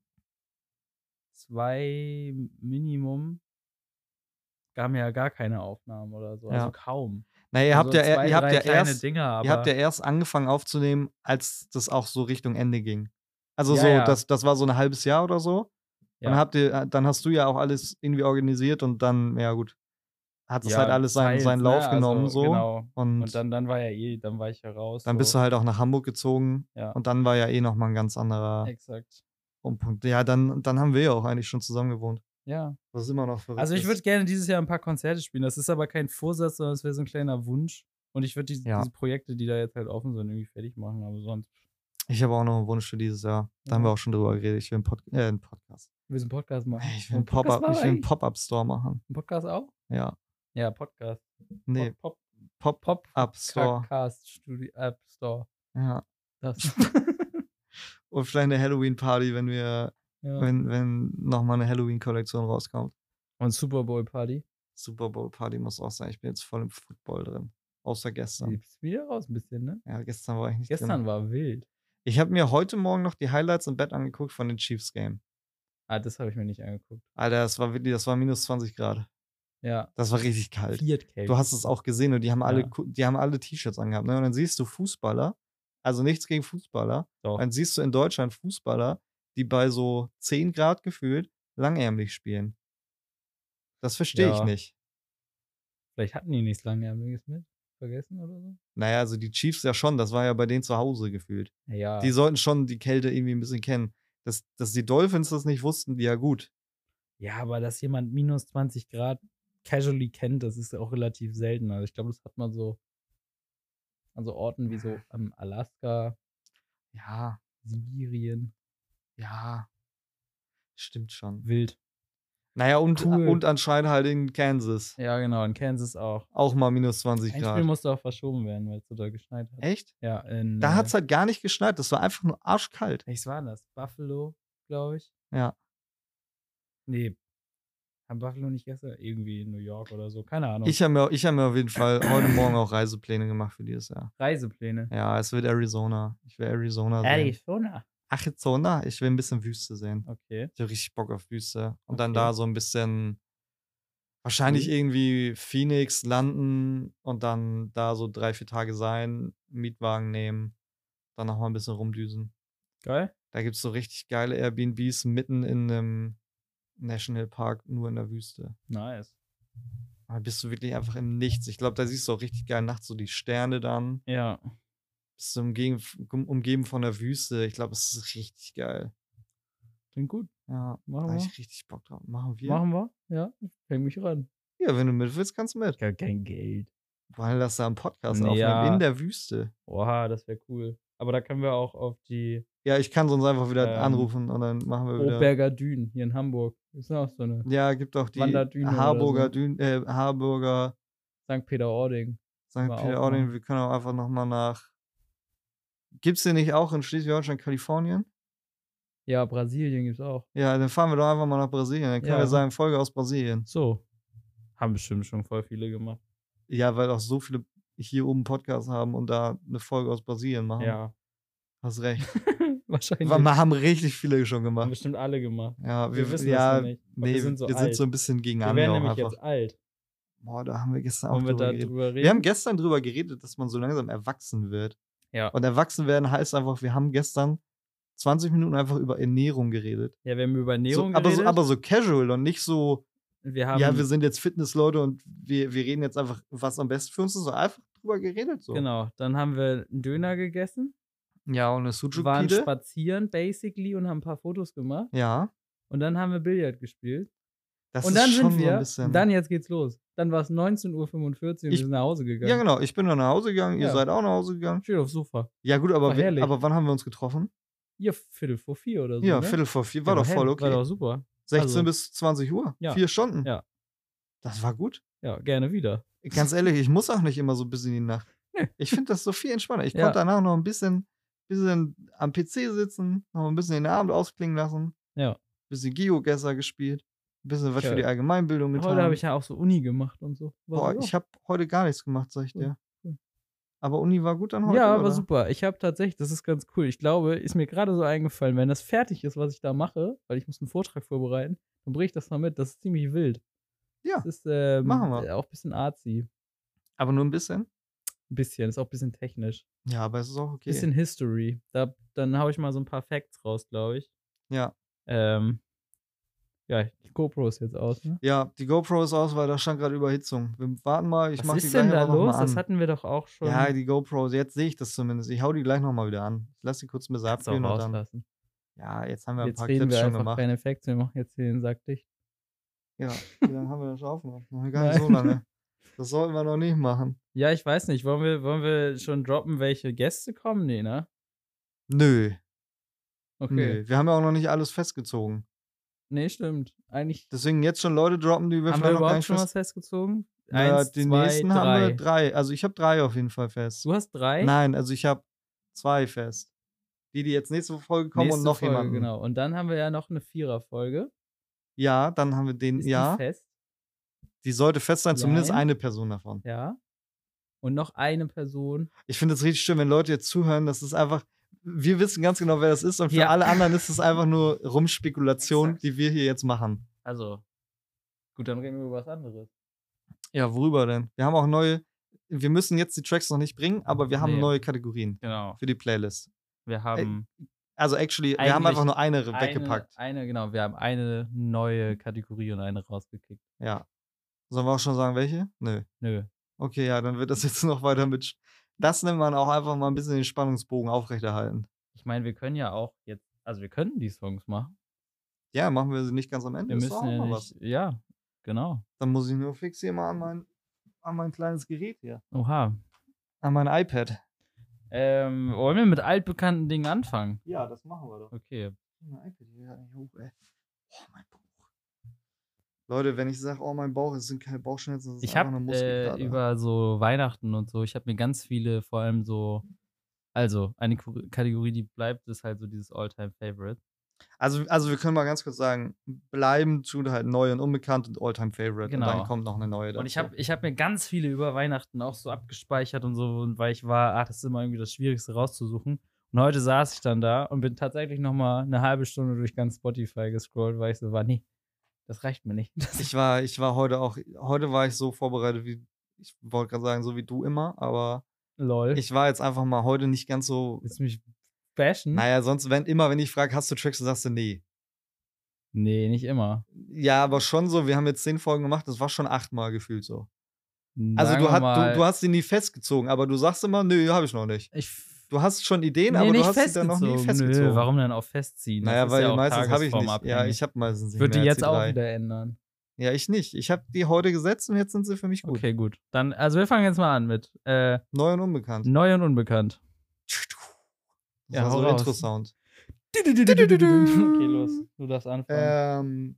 Speaker 2: Zwei Minimum. Gaben ja gar keine Aufnahmen oder so.
Speaker 3: Ja.
Speaker 2: Also kaum.
Speaker 3: Naja, ihr habt
Speaker 2: also
Speaker 3: ja,
Speaker 2: zwei,
Speaker 3: ihr habt
Speaker 2: drei
Speaker 3: ja
Speaker 2: kleine
Speaker 3: erst,
Speaker 2: Dinger, aber
Speaker 3: ihr habt ja erst angefangen aufzunehmen, als das auch so Richtung Ende ging. Also
Speaker 2: Ja,
Speaker 3: so,
Speaker 2: ja.
Speaker 3: Das, das war so ein halbes Jahr oder so.
Speaker 2: Ja.
Speaker 3: Und dann habt ihr, äh, dann hast du ja auch alles irgendwie organisiert und dann, ja gut, hat das
Speaker 2: Ja,
Speaker 3: halt alles seinen,
Speaker 2: teils,
Speaker 3: seinen
Speaker 2: ne?
Speaker 3: Lauf genommen
Speaker 2: also,
Speaker 3: so.
Speaker 2: Genau. Und
Speaker 3: Und, dann,
Speaker 2: dann, dann war ja eh, dann war ich ja raus.
Speaker 3: bist du halt auch nach Hamburg gezogen
Speaker 2: Ja.
Speaker 3: und dann war ja eh nochmal ein ganz anderer
Speaker 2: Exakt.
Speaker 3: Umpunkt. Ja, dann, dann haben wir ja auch eigentlich schon zusammen gewohnt.
Speaker 2: Ja.
Speaker 3: Das ist immer noch verrückt.
Speaker 2: Also ich
Speaker 3: ist.
Speaker 2: würde gerne dieses Jahr ein paar Konzerte spielen. Das ist aber kein Vorsatz, sondern es wäre so ein kleiner Wunsch. Und ich würde die,
Speaker 3: Ja.
Speaker 2: diese Projekte, die da jetzt halt offen sind, irgendwie fertig machen. Aber sonst.
Speaker 3: Ich habe auch noch einen Wunsch für dieses Jahr. Da haben
Speaker 2: Ja.
Speaker 3: wir auch schon drüber geredet. Ich will einen, Pod äh, einen Podcast.
Speaker 2: Wir sind Podcast machen.
Speaker 3: Ich will einen
Speaker 2: Einen Podcast
Speaker 3: Pop-Up
Speaker 2: machen
Speaker 3: ich will einen
Speaker 2: eigentlich?
Speaker 3: Pop-Up-Store machen.
Speaker 2: Podcast auch?
Speaker 3: Ja.
Speaker 2: Ja, Podcast.
Speaker 3: Nee,
Speaker 2: Pop,
Speaker 3: Pop-
Speaker 2: Pop,
Speaker 3: Up-Store.
Speaker 2: Podcast Studio App Store.
Speaker 3: Ja.
Speaker 2: Das.
Speaker 3: Und vielleicht eine Halloween-Party, wenn wir,
Speaker 2: ja.
Speaker 3: wenn, wenn nochmal eine Halloween-Kollektion rauskommt.
Speaker 2: Und Super Bowl Party.
Speaker 3: Super Bowl-Party muss auch sein. Ich bin jetzt voll im Football drin. Außer gestern.
Speaker 2: Liebst wieder raus ein bisschen, ne?
Speaker 3: Ja, gestern war ich nicht
Speaker 2: Hm. Gestern
Speaker 3: drin.
Speaker 2: war wild.
Speaker 3: Ich habe mir heute Morgen noch die Highlights im Bett angeguckt von den Chiefs-Game.
Speaker 2: Ah, das habe ich mir nicht angeguckt.
Speaker 3: Alter, das war wirklich, das war minus 20 Grad.
Speaker 2: Ja.
Speaker 3: Das war richtig kalt.
Speaker 2: Fiat Cake.
Speaker 3: Halt. Du hast es auch gesehen und die haben alle,
Speaker 2: Ja.
Speaker 3: Ku- die haben alle T-Shirts angehabt. Ne? Und dann siehst du Fußballer, also nichts gegen Fußballer,
Speaker 2: Doch.
Speaker 3: dann siehst du in Deutschland Fußballer, die bei so 10 Grad gefühlt langärmlich spielen. Das verstehe ich
Speaker 2: Ja.
Speaker 3: nicht.
Speaker 2: Vielleicht hatten die nichts langärmiges mit. Vergessen oder so?
Speaker 3: Naja, also die Chiefs ja schon, das war ja bei denen zu Hause gefühlt.
Speaker 2: Ja.
Speaker 3: Die sollten schon die Kälte irgendwie ein bisschen kennen. Dass, dass die Dolphins das nicht wussten, die ja gut.
Speaker 2: ja, aber dass jemand minus 20 Grad casually kennt, das ist auch relativ selten. Also ich glaube, das hat man so an so Orten wie so ähm, Alaska,
Speaker 3: Ja,
Speaker 2: Sibirien.
Speaker 3: ja. Stimmt schon.
Speaker 2: Wild.
Speaker 3: Naja, und,
Speaker 2: Cool.
Speaker 3: und anscheinend halt in Kansas.
Speaker 2: Ja, genau. In Kansas auch.
Speaker 3: Auch mal minus 20
Speaker 2: Ein
Speaker 3: Grad.
Speaker 2: Spiel musste auch verschoben werden, weil es so doll geschneit hat.
Speaker 3: Echt?
Speaker 2: Ja, in,
Speaker 3: Da
Speaker 2: äh,
Speaker 3: hat es halt gar nicht geschneit. Das war einfach nur arschkalt.
Speaker 2: Welches war denn das? Buffalo, glaube ich.
Speaker 3: Ja.
Speaker 2: Nee. Haben Buffalo nicht gestern? Irgendwie in New York oder so. Keine Ahnung.
Speaker 3: Ich habe mir, ich hab mir auf jeden Fall heute Morgen auch Reisepläne gemacht für dieses Jahr.
Speaker 2: Reisepläne.
Speaker 3: Ja, es wird Arizona. Ich will Arizona sehen.
Speaker 2: Arizona.
Speaker 3: Arizona? Ich will ein bisschen Wüste sehen.
Speaker 2: Okay.
Speaker 3: Ich habe richtig Bock auf Wüste. Und dann
Speaker 2: Okay.
Speaker 3: da so ein bisschen, wahrscheinlich
Speaker 2: Mhm.
Speaker 3: irgendwie Phoenix landen und dann da so drei, vier Tage sein, Mietwagen nehmen, dann nochmal ein bisschen rumdüsen.
Speaker 2: Geil.
Speaker 3: Da gibt es so richtig geile Airbnbs mitten in einem Nationalpark, nur in der Wüste.
Speaker 2: Nice.
Speaker 3: Ah, Aber bist du wirklich einfach im Nichts. Ich glaube, da siehst du auch richtig geil nachts so die Sterne dann.
Speaker 2: Ja.
Speaker 3: Bist du umgeben, umgeben von der Wüste. Ich glaube, es ist richtig geil.
Speaker 2: Klingt gut.
Speaker 3: Ja, da
Speaker 2: Machen
Speaker 3: habe
Speaker 2: wir.
Speaker 3: ich richtig Bock drauf. Machen wir.
Speaker 2: Machen wir. Ja. Ich häng mich ran.
Speaker 3: Ja, wenn du mit willst, kannst du mit.
Speaker 2: Ich hab kein Geld.
Speaker 3: Weil das da einen Podcast
Speaker 2: Ja.
Speaker 3: aufnehmen in der Wüste.
Speaker 2: Oha, das wäre cool. Aber da können wir auch auf die
Speaker 3: Ja, ich kann sonst einfach wieder
Speaker 2: Ähm,
Speaker 3: anrufen und dann machen wir wieder.
Speaker 2: Oberger Dünen hier in Hamburg. Ist auch so eine
Speaker 3: Ja, gibt auch die
Speaker 2: Wanderdüne oder
Speaker 3: Harburger,
Speaker 2: so.
Speaker 3: Dün, äh, Harburger,
Speaker 2: St. Peter-Ording.
Speaker 3: St.
Speaker 2: Mal
Speaker 3: Peter-Ording. Wir können auch einfach nochmal nach. Gibt's den nicht auch in Schleswig-Holstein, Kalifornien?
Speaker 2: Ja, Brasilien gibt's auch.
Speaker 3: Ja, dann fahren wir doch einfach mal nach Brasilien. Dann können
Speaker 2: Ja.
Speaker 3: wir sagen, Folge aus Brasilien.
Speaker 2: So. Haben bestimmt schon voll viele gemacht.
Speaker 3: Ja, weil auch so viele hier oben Podcasts haben und da eine Folge aus Brasilien machen.
Speaker 2: Ja.
Speaker 3: Hast recht.
Speaker 2: Wahrscheinlich.
Speaker 3: Wir haben richtig viele schon
Speaker 2: haben
Speaker 3: gemacht.
Speaker 2: bestimmt alle gemacht.
Speaker 3: Ja,
Speaker 2: Wir
Speaker 3: wir,
Speaker 2: wissen
Speaker 3: ja,
Speaker 2: das noch nicht. aber
Speaker 3: Nee,
Speaker 2: wir sind so alt.
Speaker 3: ein bisschen gegen
Speaker 2: wir
Speaker 3: Ami
Speaker 2: werden
Speaker 3: auch
Speaker 2: nämlich
Speaker 3: einfach.
Speaker 2: jetzt alt.
Speaker 3: Boah, da haben wir gestern auch
Speaker 2: Wollen wir
Speaker 3: drüber
Speaker 2: da
Speaker 3: geredet.
Speaker 2: drüber reden?
Speaker 3: Wir haben gestern drüber geredet, dass man so langsam erwachsen wird.
Speaker 2: Ja.
Speaker 3: Und erwachsen werden heißt einfach, wir haben gestern 20 Minuten einfach über Ernährung geredet.
Speaker 2: ja, wir haben über Ernährung
Speaker 3: so, aber,
Speaker 2: geredet.
Speaker 3: So, aber so casual und nicht so,
Speaker 2: wir haben,
Speaker 3: ja, wir sind jetzt Fitnessleute und wir, wir reden jetzt einfach, was am besten für uns ist. So einfach drüber geredet. So.
Speaker 2: Genau, dann haben wir einen Döner gegessen,
Speaker 3: Ja, und eine
Speaker 2: waren
Speaker 3: Sujuk-Pide.
Speaker 2: spazieren, basically, und haben ein paar Fotos gemacht.
Speaker 3: Ja,
Speaker 2: Und dann haben wir Billard gespielt.
Speaker 3: das
Speaker 2: und
Speaker 3: ist
Speaker 2: dann
Speaker 3: schon
Speaker 2: sind
Speaker 3: so
Speaker 2: wir,
Speaker 3: ein bisschen.
Speaker 2: dann jetzt geht's los. Dann war es 19.45 Uhr und wir
Speaker 3: Ich-
Speaker 2: sind nach Hause gegangen.
Speaker 3: ja, genau. Ich bin dann nach Hause gegangen, ihr
Speaker 2: Ja.
Speaker 3: seid auch nach Hause gegangen.
Speaker 2: Steht aufs Sofa.
Speaker 3: Ja, gut, aber,
Speaker 2: War
Speaker 3: wir,
Speaker 2: herrlich.
Speaker 3: aber wann haben wir uns getroffen?
Speaker 2: Ja, Viertel vor vier oder so.
Speaker 3: ja,
Speaker 2: ne?
Speaker 3: Viertel vor vier.
Speaker 2: Ja,
Speaker 3: War doch
Speaker 2: hell,
Speaker 3: voll okay.
Speaker 2: War doch super.
Speaker 3: 16
Speaker 2: Also-
Speaker 3: bis 20 Uhr.
Speaker 2: Ja.
Speaker 3: Vier Stunden.
Speaker 2: Ja.
Speaker 3: Das war gut.
Speaker 2: Ja, gerne wieder.
Speaker 3: Ganz ehrlich, ich muss auch nicht immer so bis in die Nacht.
Speaker 2: Nee.
Speaker 3: Ich finde das so viel entspannter. Ich
Speaker 2: Ja.
Speaker 3: konnte danach noch ein bisschen, bisschen am PC sitzen, noch ein bisschen den Abend ausklingen lassen.
Speaker 2: Ja.
Speaker 3: Ein bisschen Geogesser gespielt. Ein bisschen was für
Speaker 2: Geil.
Speaker 3: die Allgemeinbildung getan.
Speaker 2: Heute habe ich ja auch so Uni gemacht und so. War
Speaker 3: Boah,
Speaker 2: so-
Speaker 3: ich habe heute gar nichts gemacht, sag ich dir.
Speaker 2: Cool.
Speaker 3: Aber Uni war gut dann heute.
Speaker 2: ja, war
Speaker 3: oder?
Speaker 2: super. Ich habe tatsächlich, das ist ganz cool. Ich glaube, ist mir gerade so eingefallen, wenn das fertig ist, was ich da mache, weil ich muss einen Vortrag vorbereiten, dann bringe ich das mal mit. Das ist ziemlich wild.
Speaker 3: Ja,
Speaker 2: Das ist ähm,
Speaker 3: machen wir.
Speaker 2: äh, auch ein bisschen artsy.
Speaker 3: Aber nur ein bisschen.
Speaker 2: Ein bisschen. Ist auch ein bisschen technisch.
Speaker 3: Ja, aber es ist auch okay.
Speaker 2: Bisschen History. Da, dann haue ich mal so ein paar Facts raus, glaube ich.
Speaker 3: Ja.
Speaker 2: Ähm, ja, die GoPro ist jetzt aus, ne?
Speaker 3: Ja, die GoPro ist aus, weil da stand gerade Überhitzung. Wir warten mal, ich mache
Speaker 2: was
Speaker 3: die
Speaker 2: ist
Speaker 3: gleich
Speaker 2: denn da
Speaker 3: aber noch mal
Speaker 2: los?
Speaker 3: an.
Speaker 2: Das hatten wir doch auch schon.
Speaker 3: Ja, die GoPro, jetzt sehe ich das zumindest. Ich hau die gleich nochmal wieder an. Ich lass die kurz ein bisschen
Speaker 2: Kannst du auch
Speaker 3: abkühlen und dann.
Speaker 2: rauslassen.
Speaker 3: Ja, jetzt haben wir ein
Speaker 2: Jetzt
Speaker 3: paar
Speaker 2: reden
Speaker 3: Clips
Speaker 2: wir
Speaker 3: schon
Speaker 2: einfach
Speaker 3: gemacht.
Speaker 2: keine Facts. Wir machen jetzt hier den Sack dicht.
Speaker 3: Ja, wie lange haben wir denn schon aufgenommen? Noch gar nicht so
Speaker 2: Nein.
Speaker 3: lange. Das sollten wir noch nicht machen.
Speaker 2: Ja, ich weiß nicht. Wollen wir, wollen wir schon droppen, welche Gäste kommen? Nee, ne?
Speaker 3: Nö,
Speaker 2: Okay.
Speaker 3: nö. Wir haben ja auch noch nicht alles festgezogen.
Speaker 2: Nee, stimmt. Eigentlich.
Speaker 3: Deswegen jetzt schon Leute droppen, die wir
Speaker 2: haben wir
Speaker 3: vielleicht noch gar
Speaker 2: überhaupt
Speaker 3: nicht
Speaker 2: schon was
Speaker 3: fest.
Speaker 2: festgezogen?
Speaker 3: Ja,
Speaker 2: Eins,
Speaker 3: den
Speaker 2: zwei,
Speaker 3: nächsten
Speaker 2: drei.
Speaker 3: haben wir drei. Also ich habe drei auf jeden Fall fest.
Speaker 2: Du hast drei?
Speaker 3: Nein, also ich habe zwei fest. Die, die jetzt nächste Folge kommen
Speaker 2: Nächste
Speaker 3: und noch
Speaker 2: Folge,
Speaker 3: jemanden.
Speaker 2: Genau. Und dann haben wir ja noch eine Viererfolge.
Speaker 3: Ja, dann haben wir den,
Speaker 2: Ist
Speaker 3: ja.
Speaker 2: die fest?
Speaker 3: Die sollte fest sein, zumindest
Speaker 2: Nein.
Speaker 3: eine Person davon.
Speaker 2: Ja. Und noch eine Person.
Speaker 3: Ich finde es richtig schön, wenn Leute jetzt zuhören, das ist einfach, wir wissen ganz genau, wer das ist und für
Speaker 2: Ja.
Speaker 3: alle anderen ist es einfach nur Rumspekulation,
Speaker 2: Exakt.
Speaker 3: die wir hier jetzt machen.
Speaker 2: Also. Gut, dann reden wir über was anderes.
Speaker 3: Ja, worüber denn? Wir haben auch neue, wir müssen jetzt die Tracks noch nicht bringen, aber wir haben
Speaker 2: Nee.
Speaker 3: neue Kategorien
Speaker 2: Genau.
Speaker 3: für die Playlist.
Speaker 2: Wir haben
Speaker 3: Also actually, wir haben
Speaker 2: Eigentlich
Speaker 3: einfach nur eine,
Speaker 2: eine,
Speaker 3: weggepackt.
Speaker 2: eine, genau, wir haben eine neue Kategorie und eine rausgekickt.
Speaker 3: Ja. Sollen wir auch schon sagen, welche? Nö.
Speaker 2: Nö.
Speaker 3: Okay, ja, dann wird das jetzt noch weiter mit. Sch- Das nennt man auch einfach mal ein bisschen den Spannungsbogen aufrechterhalten.
Speaker 2: Ich meine, wir können ja auch jetzt, also wir können die Songs machen.
Speaker 3: Ja, machen wir sie nicht ganz am Ende.
Speaker 2: Wir
Speaker 3: ist doch
Speaker 2: müssen ja
Speaker 3: auch mal was.
Speaker 2: nicht, ja, genau.
Speaker 3: Dann muss ich nur fix hier mal an mein, an mein kleines Gerät hier.
Speaker 2: Oha.
Speaker 3: An mein iPad.
Speaker 2: Ähm, wollen wir mit altbekannten Dingen anfangen?
Speaker 3: Ja, das machen wir doch.
Speaker 2: Okay.
Speaker 3: Mein iPad hier gar nicht hoch, ey. Oh, mein Bauch. Leute, wenn ich sage, oh, mein Bauch, es sind keine Bauchschmerzen, das ist
Speaker 2: Ich habe
Speaker 3: einfach nur Muskelkater.
Speaker 2: äh, über so Weihnachten und so, ich habe mir ganz viele, vor allem so, also eine Ku- Kategorie, die bleibt, ist halt so dieses All-Time-Favorite.
Speaker 3: also, also, wir können mal ganz kurz sagen, bleiben tut halt neu und unbekannt und Alltime Favorite.
Speaker 2: Genau.
Speaker 3: Und dann kommt noch eine neue dazu.
Speaker 2: Und ich habe ich hab mir ganz viele über Weihnachten auch so abgespeichert und so, und weil ich war, ach, das ist immer irgendwie das Schwierigste rauszusuchen. Und heute saß ich dann da und bin tatsächlich noch mal eine halbe Stunde durch ganz Spotify gescrollt, weil ich so war, nee, das reicht mir nicht. Das
Speaker 3: Ich war, ich war heute auch, heute war ich so vorbereitet wie, ich wollte gerade sagen, so wie du immer, aber
Speaker 2: Lol.
Speaker 3: ich war jetzt einfach mal heute nicht ganz so.
Speaker 2: Willst du mich bashen?
Speaker 3: Naja, sonst, wenn immer, wenn ich frage, hast du Tracks, dann sagst du nee.
Speaker 2: Nee, nicht immer.
Speaker 3: Ja, aber schon so, wir haben jetzt zehn Folgen gemacht, das war schon achtmal gefühlt so. Also du,
Speaker 2: Sagen wir
Speaker 3: hat,
Speaker 2: mal,
Speaker 3: du, du hast sie nie festgezogen, aber du sagst immer, nö, habe ich noch nicht.
Speaker 2: ich,
Speaker 3: Du hast schon Ideen,
Speaker 2: nee,
Speaker 3: aber du
Speaker 2: nicht
Speaker 3: hast sie dann noch nie
Speaker 2: festgezogen. Nö,
Speaker 3: festgezogen.
Speaker 2: warum denn auch festziehen? Das
Speaker 3: Naja,
Speaker 2: ist
Speaker 3: weil
Speaker 2: ja auch
Speaker 3: meistens habe ich nicht.
Speaker 2: tagesformabhängig.
Speaker 3: Ja, ich habe meistens nicht
Speaker 2: Würde die
Speaker 3: mehr als
Speaker 2: jetzt auch
Speaker 3: drei.
Speaker 2: wieder ändern.
Speaker 3: Ja, ich nicht. Ich habe die heute gesetzt und jetzt sind sie für mich gut.
Speaker 2: Okay, gut. Dann, also wir fangen jetzt mal an mit äh,
Speaker 3: Neu und unbekannt.
Speaker 2: Neu und Unbekannt.
Speaker 3: Das
Speaker 2: Ja,
Speaker 3: war
Speaker 2: hau
Speaker 3: so ein
Speaker 2: raus.
Speaker 3: Intro-Sound.
Speaker 2: Okay, los. Du darfst anfangen.
Speaker 3: Ähm,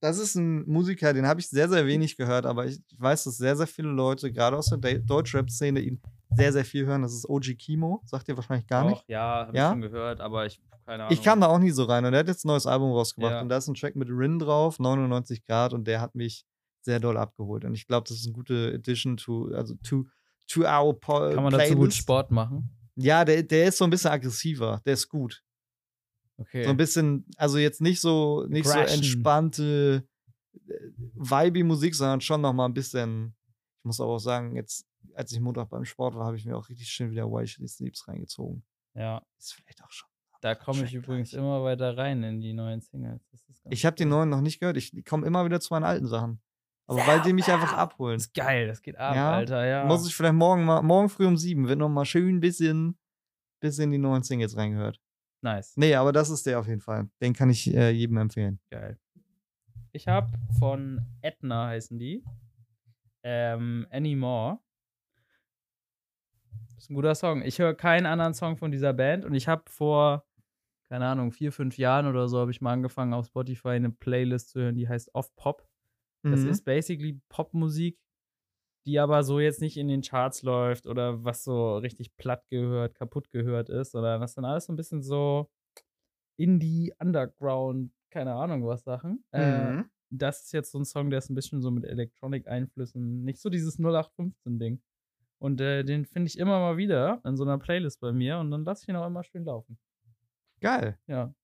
Speaker 3: das ist ein Musiker, den habe ich sehr, sehr wenig gehört, aber ich weiß, dass sehr, sehr viele Leute, gerade aus der De- Deutschrap-Szene, ihn sehr, sehr viel hören. Das ist OG Kimo. Sagt ihr wahrscheinlich gar nicht.
Speaker 2: Auch, ja, habe
Speaker 3: Ja?
Speaker 2: ich schon gehört, aber ich keine Ahnung.
Speaker 3: Ich kam da auch nie so rein und er hat jetzt ein neues Album rausgebracht
Speaker 2: Ja.
Speaker 3: und da ist ein Track mit Rin drauf, 99 Grad und der hat mich sehr doll abgeholt und ich glaube, das ist eine gute Edition to, also to, to our po
Speaker 2: Kann man dazu gut Sport machen?
Speaker 3: Ja, der, der ist so ein bisschen aggressiver, der ist gut.
Speaker 2: Okay.
Speaker 3: So ein bisschen, also jetzt nicht so, nicht so
Speaker 2: Aggression.
Speaker 3: entspannte äh, vibey Musik, sondern schon noch mal ein bisschen, ich muss aber auch sagen, jetzt, als ich Montag beim Sport war, habe ich mir auch richtig schön wieder Wild Chili Sleeps reingezogen.
Speaker 2: ja,
Speaker 3: Ist vielleicht auch schon.
Speaker 2: da komme ich
Speaker 3: Track
Speaker 2: übrigens
Speaker 3: gleich.
Speaker 2: immer weiter rein in die neuen Singles. Das ist, ganz
Speaker 3: Ich habe die neuen noch nicht gehört. Ich komme immer wieder zu meinen alten Sachen. Aber weil die mich einfach abholen.
Speaker 2: das ist geil, das geht ab,
Speaker 3: Ja,
Speaker 2: Alter, ja.
Speaker 3: Muss ich vielleicht morgen mal, morgen früh um sieben, wird noch mal schön ein bisschen, bisschen die neuen Singles reingehört.
Speaker 2: nice,
Speaker 3: Nee, aber das ist der auf jeden Fall. Den kann ich äh, jedem empfehlen.
Speaker 2: geil. Ich habe von Edna heißen die. Ähm, Anymore. Ist ein guter Song. Ich höre keinen anderen Song von dieser Band und ich habe vor, keine Ahnung, vier, fünf Jahren oder so, habe ich mal angefangen, auf Spotify eine Playlist zu hören, die heißt Off Pop. Das
Speaker 3: Mhm.
Speaker 2: ist basically Popmusik, die aber so jetzt nicht in den Charts läuft oder was so richtig platt gehört, kaputt gehört ist, sondern das sind alles so ein bisschen so Indie, Underground, keine Ahnung was Sachen. Äh,
Speaker 3: Mhm.
Speaker 2: das ist jetzt so ein Song, der ist ein bisschen so mit Electronic-Einflüssen, nicht so dieses 0815-Ding. Und äh, den finde ich immer mal wieder in so einer Playlist bei mir und dann lasse ich ihn auch immer schön laufen.
Speaker 3: Geil.
Speaker 2: Ja.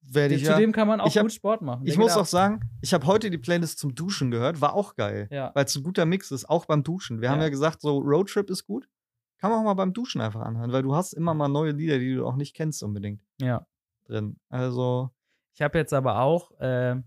Speaker 3: Werde ich ja.
Speaker 2: Zudem kann man auch
Speaker 3: ich hab-
Speaker 2: gut Sport machen. Der
Speaker 3: Ich
Speaker 2: geht
Speaker 3: muss
Speaker 2: ab.
Speaker 3: auch sagen, ich habe heute die Playlist zum Duschen gehört, war auch geil.
Speaker 2: Ja.
Speaker 3: Weil es ein guter Mix ist, auch beim Duschen. Wir haben
Speaker 2: Ja.
Speaker 3: ja gesagt, so Roadtrip ist gut. Kann man auch mal beim Duschen einfach anhören, weil du hast immer mal neue Lieder, die du auch nicht kennst unbedingt
Speaker 2: ja.
Speaker 3: drin. Also,
Speaker 2: Ich habe jetzt aber auch ähm,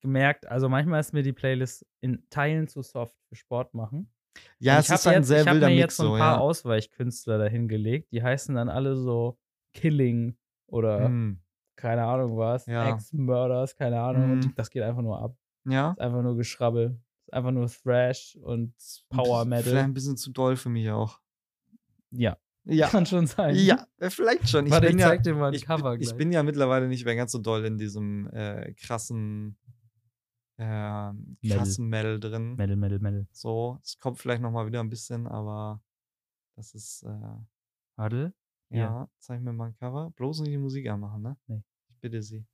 Speaker 2: gemerkt, also manchmal ist mir die Playlist in Teilen zu soft für Sport machen.
Speaker 3: ja,
Speaker 2: Und
Speaker 3: es
Speaker 2: ich hab
Speaker 3: ist halt ein
Speaker 2: jetzt-
Speaker 3: sehr wilder
Speaker 2: Ich habe mir
Speaker 3: Mix
Speaker 2: jetzt so ein
Speaker 3: so,
Speaker 2: paar
Speaker 3: ja.
Speaker 2: Ausweichkünstler dahingelegt, die heißen dann alle so Killing oder
Speaker 3: Hm.
Speaker 2: keine Ahnung was,
Speaker 3: Ja.
Speaker 2: Ex-Murders, keine Ahnung. Und
Speaker 3: Mhm.
Speaker 2: die- das geht einfach nur ab.
Speaker 3: Ja.
Speaker 2: Ist einfach nur Geschrabbel. Ist einfach nur Thrash und Power
Speaker 3: Vielleicht
Speaker 2: Metal.
Speaker 3: ein bisschen zu doll für mich auch.
Speaker 2: Ja,
Speaker 3: Ja.
Speaker 2: kann schon sein. ne?
Speaker 3: Ja, äh, vielleicht schon. Ich
Speaker 2: Warte, ich,
Speaker 3: bin ja,
Speaker 2: zeig dir mal ein
Speaker 3: ich,
Speaker 2: Cover
Speaker 3: bin- ich
Speaker 2: gleich.
Speaker 3: bin ja mittlerweile nicht mehr ganz so doll in diesem äh, krassen, äh, krassen Metal drin.
Speaker 2: Metal, Metal, Metal.
Speaker 3: So, es kommt vielleicht noch mal wieder ein bisschen, aber das ist, äh,
Speaker 2: Warte. Hier.
Speaker 3: ja, zeig mir mal ein Cover. Bloß nicht die Musik anmachen, ne?
Speaker 2: Nee.
Speaker 3: Ich bitte sie.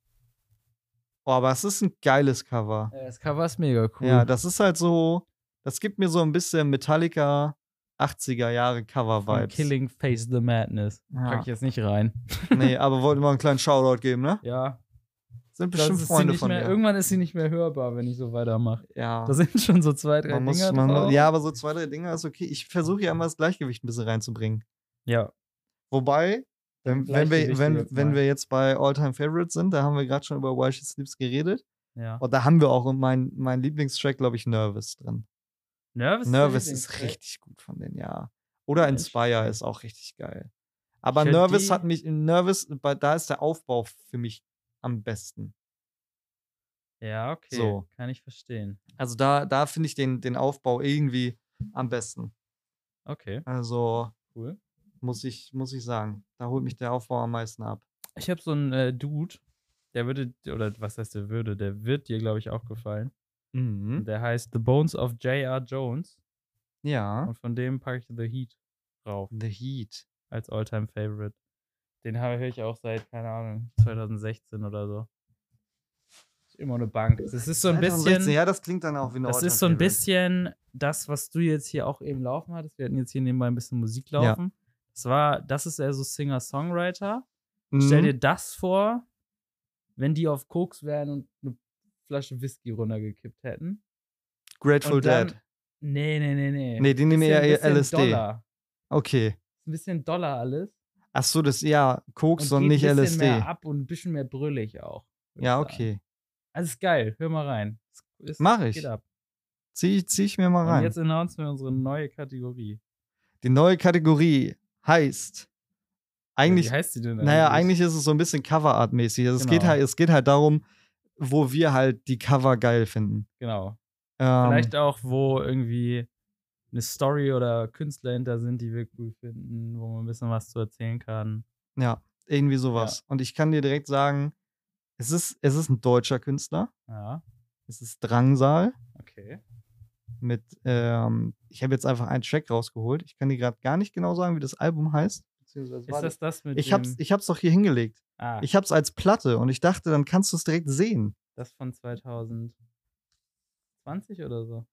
Speaker 3: Oh, aber es ist ein geiles Cover.
Speaker 2: Äh, Das Cover ist mega cool.
Speaker 3: Ja, das ist halt so, das gibt mir so ein bisschen Metallica 80er Jahre
Speaker 2: Von
Speaker 3: Cover-Vibes.
Speaker 2: Killing Face the Madness.
Speaker 3: Ja.
Speaker 2: Pack ich jetzt nicht rein.
Speaker 3: Nee, aber wollten wir einen kleinen Shoutout geben, ne?
Speaker 2: Ja,
Speaker 3: Sind
Speaker 2: sonst
Speaker 3: bestimmt
Speaker 2: ist sie
Speaker 3: Freunde
Speaker 2: nicht
Speaker 3: von
Speaker 2: mehr,
Speaker 3: mir.
Speaker 2: Irgendwann ist sie nicht mehr hörbar, wenn ich so weitermache.
Speaker 3: Ja.
Speaker 2: Da sind schon so zwei, drei
Speaker 3: Man muss,
Speaker 2: Dinger
Speaker 3: man,
Speaker 2: drauf.
Speaker 3: ja, aber so zwei, drei Dinger ist okay. Ich versuche ja immer das Gleichgewicht ein bisschen reinzubringen.
Speaker 2: ja.
Speaker 3: Wobei, wenn, wenn, wir,
Speaker 2: Gleichgewicht
Speaker 3: wenn,
Speaker 2: jetzt
Speaker 3: wenn
Speaker 2: mal.
Speaker 3: wir jetzt bei All-Time Favorites sind, da haben wir gerade schon über Why She Sleeps geredet.
Speaker 2: ja.
Speaker 3: Und da haben wir auch mein, mein Lieblingstrack, glaube ich, Nervous drin.
Speaker 2: Nervous,
Speaker 3: Nervous
Speaker 2: Savings,
Speaker 3: ist
Speaker 2: ne?
Speaker 3: richtig gut von denen, ja. Oder
Speaker 2: Ja,
Speaker 3: Inspire ist auch richtig geil. Aber
Speaker 2: Ich hätte
Speaker 3: Nervous
Speaker 2: die-
Speaker 3: hat mich, Nervous, bei- da ist der Aufbau für mich am besten.
Speaker 2: Ja, okay.
Speaker 3: So.
Speaker 2: Kann ich verstehen.
Speaker 3: Also da, da finde ich den, den Aufbau irgendwie am besten.
Speaker 2: Okay,
Speaker 3: Also
Speaker 2: cool.
Speaker 3: muss ich, muss ich sagen, da holt mich der Aufbau am meisten ab.
Speaker 2: Ich habe so einen äh, Dude, der würde, oder was heißt der würde, der wird dir, glaube ich, auch gefallen.
Speaker 3: Mhm.
Speaker 2: Der heißt The Bones of J.R. Jones
Speaker 3: Ja.
Speaker 2: und von dem packe ich The Heat drauf.
Speaker 3: The Heat.
Speaker 2: als Alltime Favorite. Den habe höre ich auch seit, keine Ahnung, 2016 oder so. Ist immer eine Bank. Das ist so ein
Speaker 3: 2016,
Speaker 2: bisschen.
Speaker 3: Ja, das klingt Genau, dann auch wie ein
Speaker 2: Das ist so ein bisschen das, was du jetzt hier auch eben laufen hattest. Wir hatten jetzt hier nebenbei ein bisschen Musik
Speaker 3: Ja.
Speaker 2: laufen. Das war, das ist eher so Singer-Songwriter.
Speaker 3: Mhm.
Speaker 2: Stell dir das vor, wenn die auf Koks wären und eine Flasche Whisky runtergekippt hätten.
Speaker 3: Mhm. Grateful
Speaker 2: und dann-
Speaker 3: Dead.
Speaker 2: Nee, nee, nee, nee.
Speaker 3: Nee, die nehmen
Speaker 2: Bisschen-
Speaker 3: eher
Speaker 2: bisschen
Speaker 3: LSD.
Speaker 2: Dollar.
Speaker 3: Okay.
Speaker 2: Ein bisschen Dollar alles.
Speaker 3: Ach so, das ja Koks und,
Speaker 2: geht
Speaker 3: nicht
Speaker 2: ein bisschen
Speaker 3: LSD.
Speaker 2: mehr ab und ein bisschen mehr brüllig auch. würd
Speaker 3: Ja,
Speaker 2: ich sagen.
Speaker 3: okay.
Speaker 2: Also ist geil, hör mal rein. Es Ist,
Speaker 3: Mach ich.
Speaker 2: Geht ab.
Speaker 3: Zieh ich, zieh ich mir mal
Speaker 2: Und
Speaker 3: rein.
Speaker 2: jetzt announcen wir unsere neue Kategorie.
Speaker 3: Die neue Kategorie heißt eigentlich,
Speaker 2: Äh, Wie heißt die denn
Speaker 3: naja, eigentlich ist es so ein bisschen Coverart-mäßig. Also es, geht
Speaker 2: Genau.
Speaker 3: halt, es geht halt darum, wo wir halt die Cover geil finden.
Speaker 2: Genau.
Speaker 3: Ähm,
Speaker 2: Vielleicht auch, wo irgendwie eine Story oder Künstler hinter sind, die wir cool finden, wo man ein bisschen was zu erzählen kann.
Speaker 3: Ja, irgendwie sowas. Und ich kann dir direkt sagen, es ist, es ist ein deutscher Künstler.
Speaker 2: Ja,
Speaker 3: Es ist Drangsal
Speaker 2: okay.
Speaker 3: mit, ähm, ich habe jetzt einfach einen Track rausgeholt. Ich kann dir gerade gar nicht genau sagen, wie das Album heißt. Beziehungsweise
Speaker 2: Ist
Speaker 3: warte.
Speaker 2: das das mit
Speaker 3: ich
Speaker 2: dem...
Speaker 3: hab's, ich hab's doch hier hingelegt.
Speaker 2: ah,
Speaker 3: Ich hab's als Platte und ich dachte, dann kannst du es direkt sehen.
Speaker 2: das von 2020 oder so.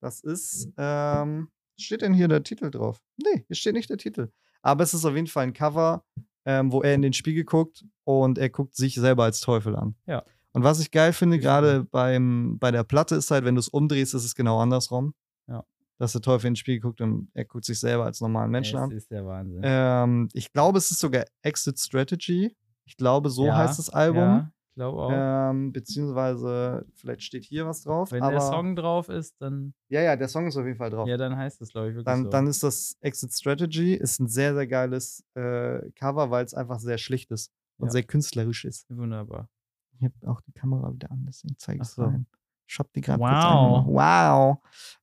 Speaker 3: Das ist, ähm, steht denn hier der Titel drauf? Nee, hier steht nicht der Titel. Aber es ist auf jeden Fall ein Cover, ähm, wo er in den Spiegel guckt und er guckt sich selber als Teufel an.
Speaker 2: Ja.
Speaker 3: Und was ich geil finde,
Speaker 2: Definitiv.
Speaker 3: gerade beim, bei der Platte, ist halt, wenn du es umdrehst, ist es genau andersrum.
Speaker 2: Ja.
Speaker 3: Dass der Teufel in den Spiegel guckt und er guckt sich selber als normalen Menschen
Speaker 2: Ey,
Speaker 3: an.
Speaker 2: das ist der Wahnsinn.
Speaker 3: Ähm, ich glaube, es ist sogar Exit Strategy. Ich glaube, so
Speaker 2: Ja,
Speaker 3: heißt das Album.
Speaker 2: Ja, ich glaube auch.
Speaker 3: Ähm, beziehungsweise, vielleicht steht hier was drauf.
Speaker 2: Wenn
Speaker 3: aber,
Speaker 2: der Song drauf ist, dann,
Speaker 3: Ja, ja, der Song ist auf jeden Fall drauf.
Speaker 2: ja, dann heißt es, glaube ich, wirklich
Speaker 3: dann,
Speaker 2: so.
Speaker 3: dann ist das Exit Strategy ist ein sehr, sehr geiles äh, Cover, weil es einfach sehr schlicht ist und
Speaker 2: Ja.
Speaker 3: sehr künstlerisch ist.
Speaker 2: Wunderbar.
Speaker 3: Ich habe auch die Kamera wieder an, deswegen zeige ich
Speaker 2: Ach
Speaker 3: es
Speaker 2: so.
Speaker 3: rein. Ich hab die gerade
Speaker 2: Wow.
Speaker 3: Wow.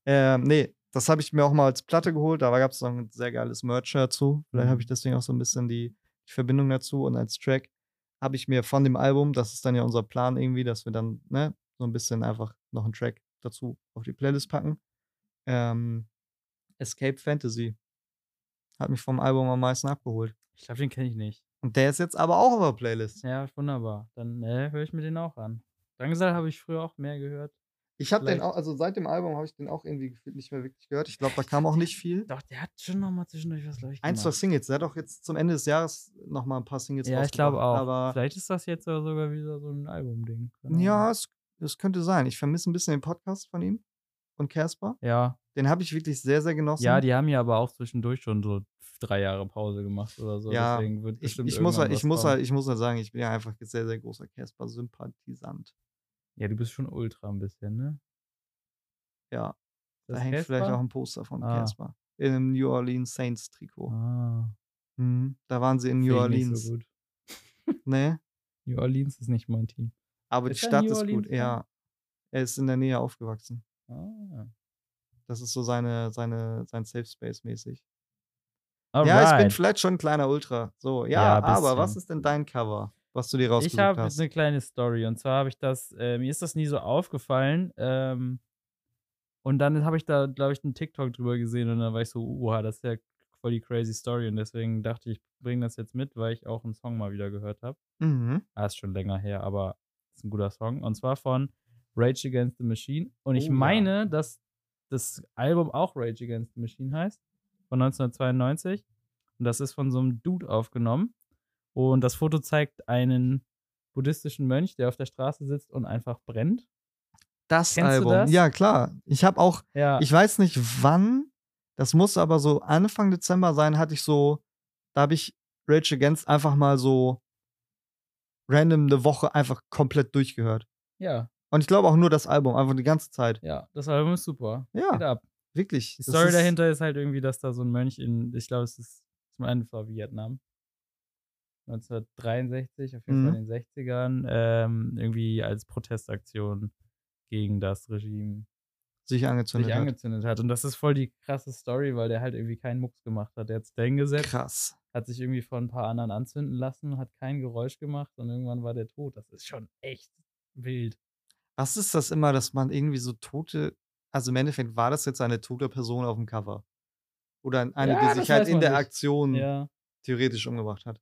Speaker 3: Ähm, nee, das habe ich mir auch mal als Platte geholt. Da gab es noch ein sehr geiles Merch dazu. Vielleicht
Speaker 2: Mhm.
Speaker 3: habe ich deswegen auch so ein bisschen die, die Verbindung dazu. Und als Track habe ich mir von dem Album, das ist dann ja unser Plan irgendwie, dass wir dann ne, so ein bisschen einfach noch einen Track dazu auf die Playlist packen. Ähm, Escape Fantasy hat mich vom Album am meisten abgeholt.
Speaker 2: Ich glaube, den kenne ich nicht.
Speaker 3: Und der ist jetzt aber auch auf der Playlist.
Speaker 2: Ja, wunderbar. Dann äh, höre ich mir den auch an. Drangsal habe ich früher auch mehr gehört.
Speaker 3: Ich habe den
Speaker 2: Vielleicht-
Speaker 3: auch, also seit dem Album habe ich den auch irgendwie gefühlt nicht mehr wirklich gehört. Ich glaube, da kam auch nicht viel.
Speaker 2: Doch, der hat schon noch mal zwischendurch was, glaube ich,
Speaker 3: Ein, zwei
Speaker 2: gemacht.
Speaker 3: Singles. Der hat auch jetzt zum Ende des Jahres nochmal ein paar Singles
Speaker 2: Ja, ich glaube auch.
Speaker 3: rausgebracht. Aber
Speaker 2: Vielleicht ist das jetzt ja sogar wieder so ein Album-Ding. Keine
Speaker 3: ja,
Speaker 2: Ahnung.
Speaker 3: es, es könnte sein. Ich vermisse ein bisschen den Podcast von ihm und Casper.
Speaker 2: Ja.
Speaker 3: Den habe ich wirklich sehr, sehr genossen.
Speaker 2: ja, die haben ja aber auch zwischendurch schon so drei Jahre Pause gemacht oder so.
Speaker 3: Ja,
Speaker 2: Deswegen wird
Speaker 3: ich,
Speaker 2: bestimmt
Speaker 3: ich, muss
Speaker 2: irgendwann
Speaker 3: halt, ich,
Speaker 2: was
Speaker 3: muss
Speaker 2: kommen.
Speaker 3: halt, ich muss halt sagen, ich bin ja einfach sehr, sehr großer Casper-Sympathisant.
Speaker 2: Ja, du bist schon ultra ein bisschen, ne?
Speaker 3: Ja, da
Speaker 2: Das
Speaker 3: hängt vielleicht
Speaker 2: Casper?
Speaker 3: auch ein Poster von
Speaker 2: Ah.
Speaker 3: Casper. In einem New Orleans Saints-Trikot.
Speaker 2: Ah,
Speaker 3: Mhm. Da waren sie in New
Speaker 2: finde ich nicht
Speaker 3: Orleans.
Speaker 2: So gut.
Speaker 3: ne?
Speaker 2: New Orleans ist nicht mein Team.
Speaker 3: Aber die
Speaker 2: Ist er in
Speaker 3: Stadt
Speaker 2: New
Speaker 3: ist gut,
Speaker 2: Orleans dann?
Speaker 3: ja. Er ist in der Nähe aufgewachsen.
Speaker 2: Ah.
Speaker 3: Das ist so seine, seine, sein Safe Space mäßig. ja,
Speaker 2: Alright.
Speaker 3: ich bin vielleicht schon ein kleiner Ultra. So, ja,
Speaker 2: Ja,
Speaker 3: aber was
Speaker 2: bisschen.
Speaker 3: ist denn dein Cover, was du dir rausgesucht
Speaker 2: Ich ne habe
Speaker 3: hast?
Speaker 2: eine kleine Story und zwar habe ich das, äh, mir ist das nie so aufgefallen ähm, und dann habe ich da, glaube ich, einen TikTok drüber gesehen und dann war ich so, uha, das ist ja voll die crazy Story und deswegen dachte ich, ich bringe das jetzt mit, weil ich auch einen Song mal wieder gehört habe.
Speaker 3: Mhm.
Speaker 2: Ah, ist schon länger her, aber ist ein guter Song und zwar von Rage Against the Machine und
Speaker 3: Oh
Speaker 2: ich
Speaker 3: ja.
Speaker 2: meine, dass das Album auch Rage Against the Machine heißt von 1992 und das ist von so einem Dude aufgenommen und das Foto zeigt einen buddhistischen Mönch, der auf der Straße sitzt und einfach brennt.
Speaker 3: Das
Speaker 2: Kennst du
Speaker 3: Album.
Speaker 2: das? Ah.
Speaker 3: Ja, klar. Ich habe auch,
Speaker 2: Ja,
Speaker 3: ich weiß nicht wann, das muss aber so Anfang Dezember sein, hatte ich so, da habe ich Rage Against einfach mal so random eine Woche einfach komplett durchgehört.
Speaker 2: ja,
Speaker 3: Und ich glaube auch nur das Album, einfach die ganze Zeit.
Speaker 2: ja, das Album ist super. Geht
Speaker 3: Ja,
Speaker 2: ab. Genau.
Speaker 3: wirklich.
Speaker 2: Die
Speaker 3: Das
Speaker 2: Story
Speaker 3: ist-
Speaker 2: dahinter ist halt irgendwie, dass da so ein Mönch in, ich glaube, es ist zum einen war Vietnam. 1963, auf jeden
Speaker 3: Mhm.
Speaker 2: Fall in den 60ern, ähm, irgendwie als Protestaktion gegen das Regime
Speaker 3: Sich angezündet
Speaker 2: sich
Speaker 3: hat.
Speaker 2: angezündet hat. Und das ist voll die krasse Story, weil der halt irgendwie keinen Mucks gemacht hat. Der hat sich da hingesetzt,
Speaker 3: Krass.
Speaker 2: hat sich irgendwie von ein paar anderen anzünden lassen, hat kein Geräusch gemacht und irgendwann war der tot. Das ist schon echt wild.
Speaker 3: Was ist das immer, dass man irgendwie so tote, also im Endeffekt war das jetzt eine tote Person auf dem Cover? Oder ein- eine,
Speaker 2: Ja,
Speaker 3: die
Speaker 2: das
Speaker 3: sich halt
Speaker 2: weiß
Speaker 3: in
Speaker 2: man
Speaker 3: der
Speaker 2: nicht.
Speaker 3: Aktion
Speaker 2: Ja,
Speaker 3: theoretisch umgebracht hat.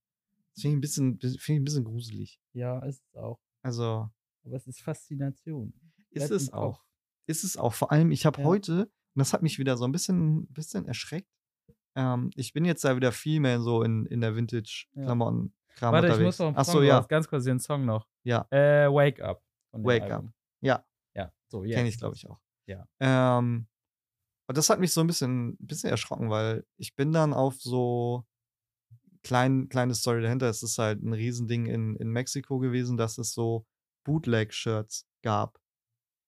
Speaker 3: Das finde ich, ein bisschen- das finde ich ein bisschen gruselig.
Speaker 2: ja, ist es auch.
Speaker 3: Also
Speaker 2: Aber es ist Faszination.
Speaker 3: ist
Speaker 2: Bleibt
Speaker 3: es
Speaker 2: im Kopf.
Speaker 3: auch. Ist es auch. Vor allem, ich habe
Speaker 2: Ja.
Speaker 3: heute, und das hat mich wieder so ein bisschen, bisschen erschreckt, ähm, ich bin jetzt da wieder viel mehr so in, in der
Speaker 2: Ja.
Speaker 3: Vintage-Klamotten-Kram
Speaker 2: Warte, ich
Speaker 3: unterwegs.
Speaker 2: muss noch einen Song
Speaker 3: Ach so, ja.
Speaker 2: raus. Ganz kurz den Song noch.
Speaker 3: Ja.
Speaker 2: Äh, Wake Up. von dem
Speaker 3: Wake Up.
Speaker 2: Album.
Speaker 3: Ja.
Speaker 2: Ja, so, ja.
Speaker 3: Kenne ich, glaube ich, auch.
Speaker 2: Ja.
Speaker 3: Ähm, und das hat mich so ein bisschen, bisschen erschrocken, weil ich bin dann auf so klein, kleine Story dahinter. Es ist halt ein Riesending in, in Mexiko gewesen, dass es so Bootleg-Shirts gab.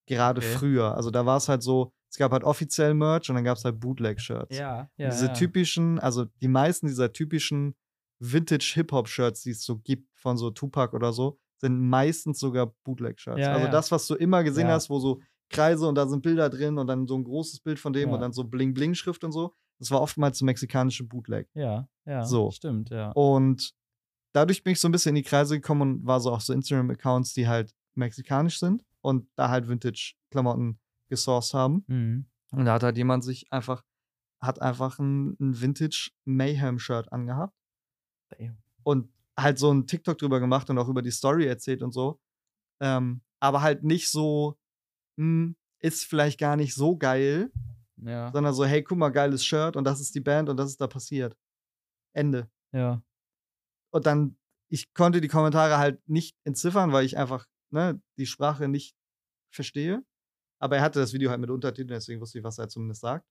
Speaker 3: Gerade
Speaker 2: Okay.
Speaker 3: früher. Also da war es halt so, es gab halt offiziell Merch und dann gab es halt Bootleg-Shirts.
Speaker 2: Ja,
Speaker 3: Und
Speaker 2: ja.
Speaker 3: diese
Speaker 2: ja.
Speaker 3: typischen, also die meisten dieser typischen Vintage-Hip-Hop-Shirts, die es so gibt von so Tupac oder so, sind meistens sogar Bootleg-Shirts.
Speaker 2: Ja,
Speaker 3: also
Speaker 2: ja.
Speaker 3: das, was du immer gesehen
Speaker 2: Ja.
Speaker 3: hast, wo so Kreise und da sind Bilder drin und dann so ein großes Bild von dem
Speaker 2: Ja.
Speaker 3: und dann so Bling-Bling-Schrift und so. Das war oftmals so mexikanische Bootleg.
Speaker 2: Ja, ja.
Speaker 3: So.
Speaker 2: Stimmt, ja.
Speaker 3: Und dadurch bin ich so ein bisschen in die Kreise gekommen und war so auf so Instagram-Accounts, die halt mexikanisch sind und da halt Vintage-Klamotten gesourced haben.
Speaker 2: Mhm.
Speaker 3: Und da hat halt jemand sich einfach, hat einfach ein, ein Vintage-Mayhem-Shirt angehabt
Speaker 2: Damn.
Speaker 3: und halt so ein TikTok drüber gemacht und auch über die Story erzählt und so. Ähm, aber halt nicht so, "Hm, ist vielleicht gar nicht so geil,
Speaker 2: Ja,
Speaker 3: sondern so, hey, guck mal, geiles Shirt und das ist die Band und das ist da passiert. Ende.
Speaker 2: ja.
Speaker 3: und dann, ich konnte die Kommentare halt nicht entziffern, weil ich einfach ne, die Sprache nicht verstehe. Aber er hatte das Video halt mit Untertiteln, deswegen wusste ich, was er zumindest sagt.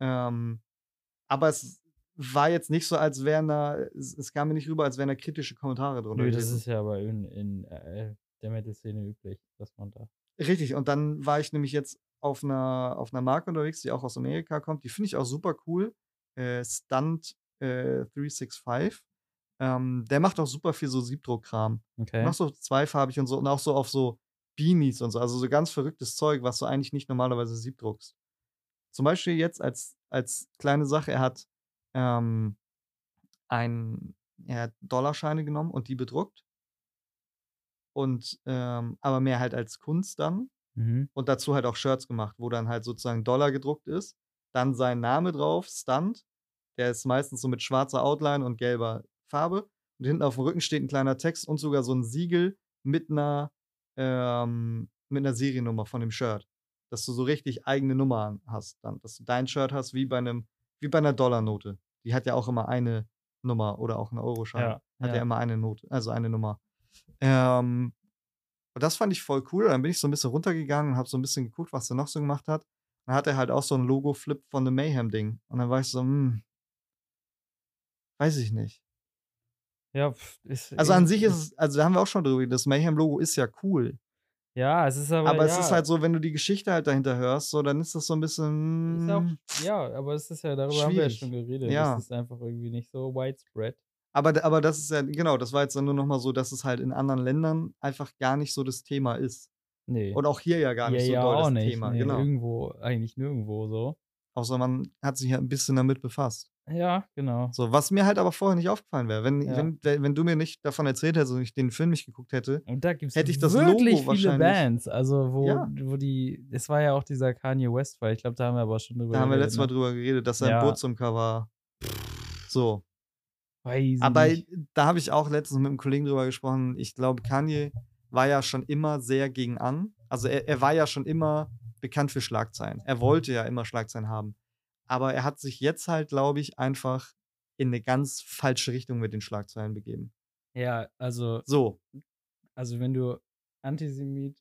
Speaker 3: Ähm, aber es war jetzt nicht so, als wären da, es, es kam mir nicht rüber, als wären da kritische Kommentare drunter.
Speaker 2: Nö, das
Speaker 3: gewesen.
Speaker 2: ist ja aber in, in äh, der Metal-Szene üblich, dass man da.
Speaker 3: Richtig, und dann war ich nämlich jetzt auf einer, auf einer Marke unterwegs, die auch aus Amerika kommt. Die finde ich auch super cool. Äh, Stunt äh, 365. Ähm, der macht auch super viel so Siebdruckkram.
Speaker 2: Okay.
Speaker 3: Noch so zweifarbig und so und auch so auf so Beanies und so, also so ganz verrücktes Zeug, was du eigentlich nicht normalerweise siebdruckst. Zum Beispiel jetzt als, als kleine Sache, er hat ähm, ein, er hat Dollarscheine genommen und die bedruckt. Und ähm, aber mehr halt als Kunst dann
Speaker 2: Mhm.
Speaker 3: und dazu halt auch Shirts gemacht, wo dann halt sozusagen Dollar gedruckt ist, dann sein Name drauf, Stunt, der ist meistens so mit schwarzer Outline und gelber Farbe und hinten auf dem Rücken steht ein kleiner Text und sogar so ein Siegel mit einer ähm, mit einer Seriennummer von dem Shirt, dass du so richtig eigene Nummern hast, dann, dass du dein Shirt hast wie bei einem wie bei einer Dollarnote, die hat ja auch immer eine Nummer oder auch einen Euroschein
Speaker 2: Ja,
Speaker 3: hat ja.
Speaker 2: ja.
Speaker 3: immer eine Note, also eine Nummer. Ähm, und das fand ich voll cool. Dann bin ich so ein bisschen runtergegangen und habe so ein bisschen geguckt, was er noch so gemacht hat. Dann hat er halt auch so ein Logo-Flip von dem Mayhem-Ding. Und dann war ich so, hm, weiß ich nicht.
Speaker 2: Ja, pf, ist
Speaker 3: Also an
Speaker 2: eh-
Speaker 3: sich ist es, also da haben wir auch schon drüber geredet, das Mayhem-Logo ist ja cool.
Speaker 2: Ja, es ist aber.
Speaker 3: Aber,
Speaker 2: ja,
Speaker 3: es ist halt so, wenn du die Geschichte halt dahinter hörst, so, dann ist das so ein bisschen. hm.
Speaker 2: Ist auch, ja, aber es ist ja, darüber haben wir ja
Speaker 3: schwierig.
Speaker 2: schon geredet.
Speaker 3: Ja.
Speaker 2: Es ist einfach irgendwie nicht so widespread.
Speaker 3: Aber, aber das ist ja, genau, das war jetzt dann nur nochmal so, dass es halt in anderen Ländern einfach gar nicht so das Thema ist.
Speaker 2: Nee.
Speaker 3: Und auch hier ja gar nicht
Speaker 2: ja,
Speaker 3: so
Speaker 2: ja,
Speaker 3: doll
Speaker 2: auch
Speaker 3: das
Speaker 2: nicht.
Speaker 3: Thema.
Speaker 2: nee,
Speaker 3: genau.
Speaker 2: Irgendwo, eigentlich nirgendwo so.
Speaker 3: Außer man hat sich ja ein bisschen damit befasst.
Speaker 2: Ja, genau.
Speaker 3: So, was mir halt aber vorher nicht aufgefallen wäre, wenn,
Speaker 2: Ja.
Speaker 3: wenn, wenn du mir nicht davon erzählt hättest und ich den Film nicht geguckt hätte.
Speaker 2: Und da gibt es
Speaker 3: Hätte ich das Logo
Speaker 2: wirklich viele
Speaker 3: wahrscheinlich-
Speaker 2: Bands, also wo,
Speaker 3: Ja.
Speaker 2: wo die, es war ja auch dieser Kanye West Fall, ich glaube, da haben wir aber schon drüber
Speaker 3: Da haben wir
Speaker 2: geredet,
Speaker 3: letztes Mal
Speaker 2: ne?
Speaker 3: drüber geredet, dass er ein
Speaker 2: Ja.
Speaker 3: Boot zum Cover. So.
Speaker 2: Weiß
Speaker 3: Aber
Speaker 2: nicht.
Speaker 3: da habe ich auch letztens mit einem Kollegen drüber gesprochen. Ich glaube, Kanye war ja schon immer sehr gegen an. Also er, er war ja schon immer bekannt für Schlagzeilen. Er wollte ja immer Schlagzeilen haben. Aber er hat sich jetzt halt, glaube ich, einfach in eine ganz falsche Richtung mit den Schlagzeilen begeben.
Speaker 2: ja, also,
Speaker 3: So,
Speaker 2: also wenn du Antisemit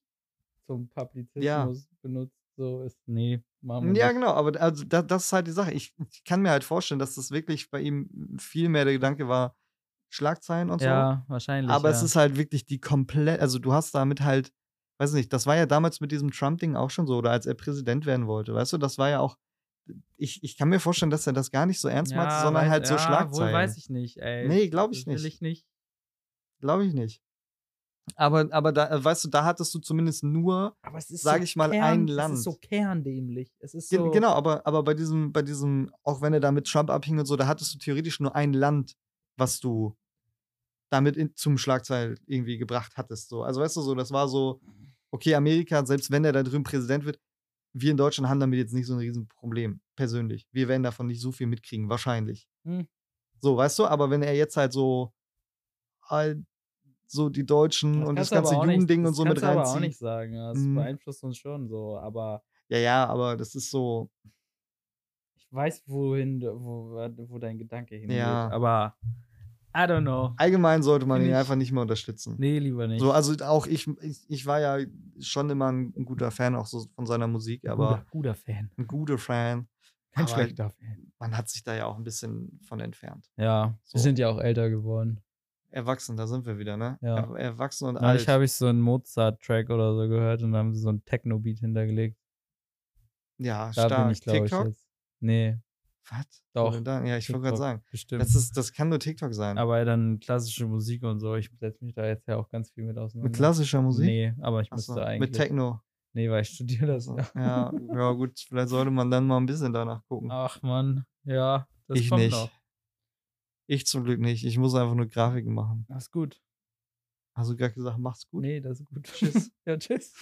Speaker 2: zum Publizismus benutzt, so ist, nee, machen wir
Speaker 3: Ja,
Speaker 2: nicht.
Speaker 3: genau, aber also da, das ist halt die Sache. Ich, ich kann mir halt vorstellen, dass das wirklich bei ihm viel mehr der Gedanke war, Schlagzeilen und
Speaker 2: ja, wahrscheinlich,
Speaker 3: so. Aber
Speaker 2: ja.
Speaker 3: es ist halt wirklich die komplett, also du hast damit halt, weiß nicht, das war ja damals mit diesem Trump-Ding auch schon so, oder als er Präsident werden wollte, weißt du, das war ja auch, ich, ich kann mir vorstellen, dass er das gar nicht so ernst
Speaker 2: ja,
Speaker 3: meint, sondern
Speaker 2: weiß-
Speaker 3: halt so
Speaker 2: ja,
Speaker 3: Schlagzeilen.
Speaker 2: Wohl weiß ich nicht, ey.
Speaker 3: nee, glaube ich
Speaker 2: Das will
Speaker 3: nicht.
Speaker 2: ich nicht.
Speaker 3: Glaube ich nicht. Aber, aber da, äh, weißt du, da hattest du zumindest nur
Speaker 2: Aber es ist
Speaker 3: Sag ich mal, ein
Speaker 2: Es
Speaker 3: Land.
Speaker 2: ist so kerndämlich. Es ist
Speaker 3: Ge-
Speaker 2: so,
Speaker 3: Genau, aber, aber bei diesem, bei diesem, auch wenn er da mit Trump abhing und so, da hattest du theoretisch nur ein Land, was du damit in, zum Schlagzeil irgendwie gebracht hattest. So. Also weißt du so, das war so,
Speaker 2: Mhm.
Speaker 3: okay, Amerika, selbst wenn er da drüben Präsident wird, wir in Deutschland haben damit jetzt nicht so ein Riesenproblem, persönlich. Wir werden davon nicht so viel mitkriegen, wahrscheinlich.
Speaker 2: Hm.
Speaker 3: So, weißt du, aber wenn er jetzt halt so, halt so die Deutschen und das
Speaker 2: kannst du aber
Speaker 3: ganze
Speaker 2: auch nicht-
Speaker 3: Judending und
Speaker 2: das
Speaker 3: so mit
Speaker 2: kannst du aber auch
Speaker 3: reinziehen.
Speaker 2: nicht sagen. ja. Das
Speaker 3: Mhm.
Speaker 2: beeinflusst uns schon so, aber
Speaker 3: Ja, ja, aber das ist so,
Speaker 2: ich weiß, wohin, du- wo, wo dein Gedanke hingeht.
Speaker 3: Ja.
Speaker 2: Aber I don't know.
Speaker 3: allgemein sollte man
Speaker 2: Find
Speaker 3: ihn
Speaker 2: ich-
Speaker 3: einfach nicht mehr unterstützen.
Speaker 2: Nee, lieber nicht.
Speaker 3: So, also auch ich, ich, ich war ja schon immer ein, ein guter Fan auch so von seiner Musik, aber
Speaker 2: guter, guter Fan.
Speaker 3: ein guter Fan.
Speaker 2: Kein
Speaker 3: Aber
Speaker 2: schlechter Fan.
Speaker 3: Man hat sich da ja auch ein bisschen von entfernt.
Speaker 2: Ja,
Speaker 3: So.
Speaker 2: wir sind ja auch älter geworden.
Speaker 3: Erwachsen, da sind wir wieder, ne?
Speaker 2: Ja.
Speaker 3: Er, erwachsen und
Speaker 2: Neulich
Speaker 3: alt.
Speaker 2: habe ich so einen Mozart-Track oder so gehört und da haben sie so einen Techno-Beat hintergelegt.
Speaker 3: Ja,
Speaker 2: Da
Speaker 3: stark.
Speaker 2: bin ich, glaube ich,
Speaker 3: TikTok?
Speaker 2: jetzt. Nee,
Speaker 3: Was?
Speaker 2: Doch.
Speaker 3: Oder da- Ja, ich wollte gerade
Speaker 2: TikTok.
Speaker 3: sagen.
Speaker 2: bestimmt.
Speaker 3: Das, ist, das kann nur TikTok sein.
Speaker 2: aber dann klassische Musik und so. Ich setze mich da jetzt ja auch ganz viel mit auseinander.
Speaker 3: mit klassischer Musik?
Speaker 2: Nee, aber ich
Speaker 3: Ach so,
Speaker 2: müsste eigentlich.
Speaker 3: Mit Techno.
Speaker 2: Nee, weil ich studiere das.
Speaker 3: So.
Speaker 2: Ja.
Speaker 3: Ja, ja, gut, vielleicht sollte man dann mal ein bisschen danach gucken.
Speaker 2: Ach man, ja, Ah, das
Speaker 3: ich
Speaker 2: kommt
Speaker 3: nicht.
Speaker 2: noch.
Speaker 3: Ich zum Glück nicht. Ich muss einfach nur Grafiken machen.
Speaker 2: Das ist gut.
Speaker 3: Hast du gerade gesagt, mach's gut?
Speaker 2: Nee, das ist gut. Tschüss. ja, tschüss.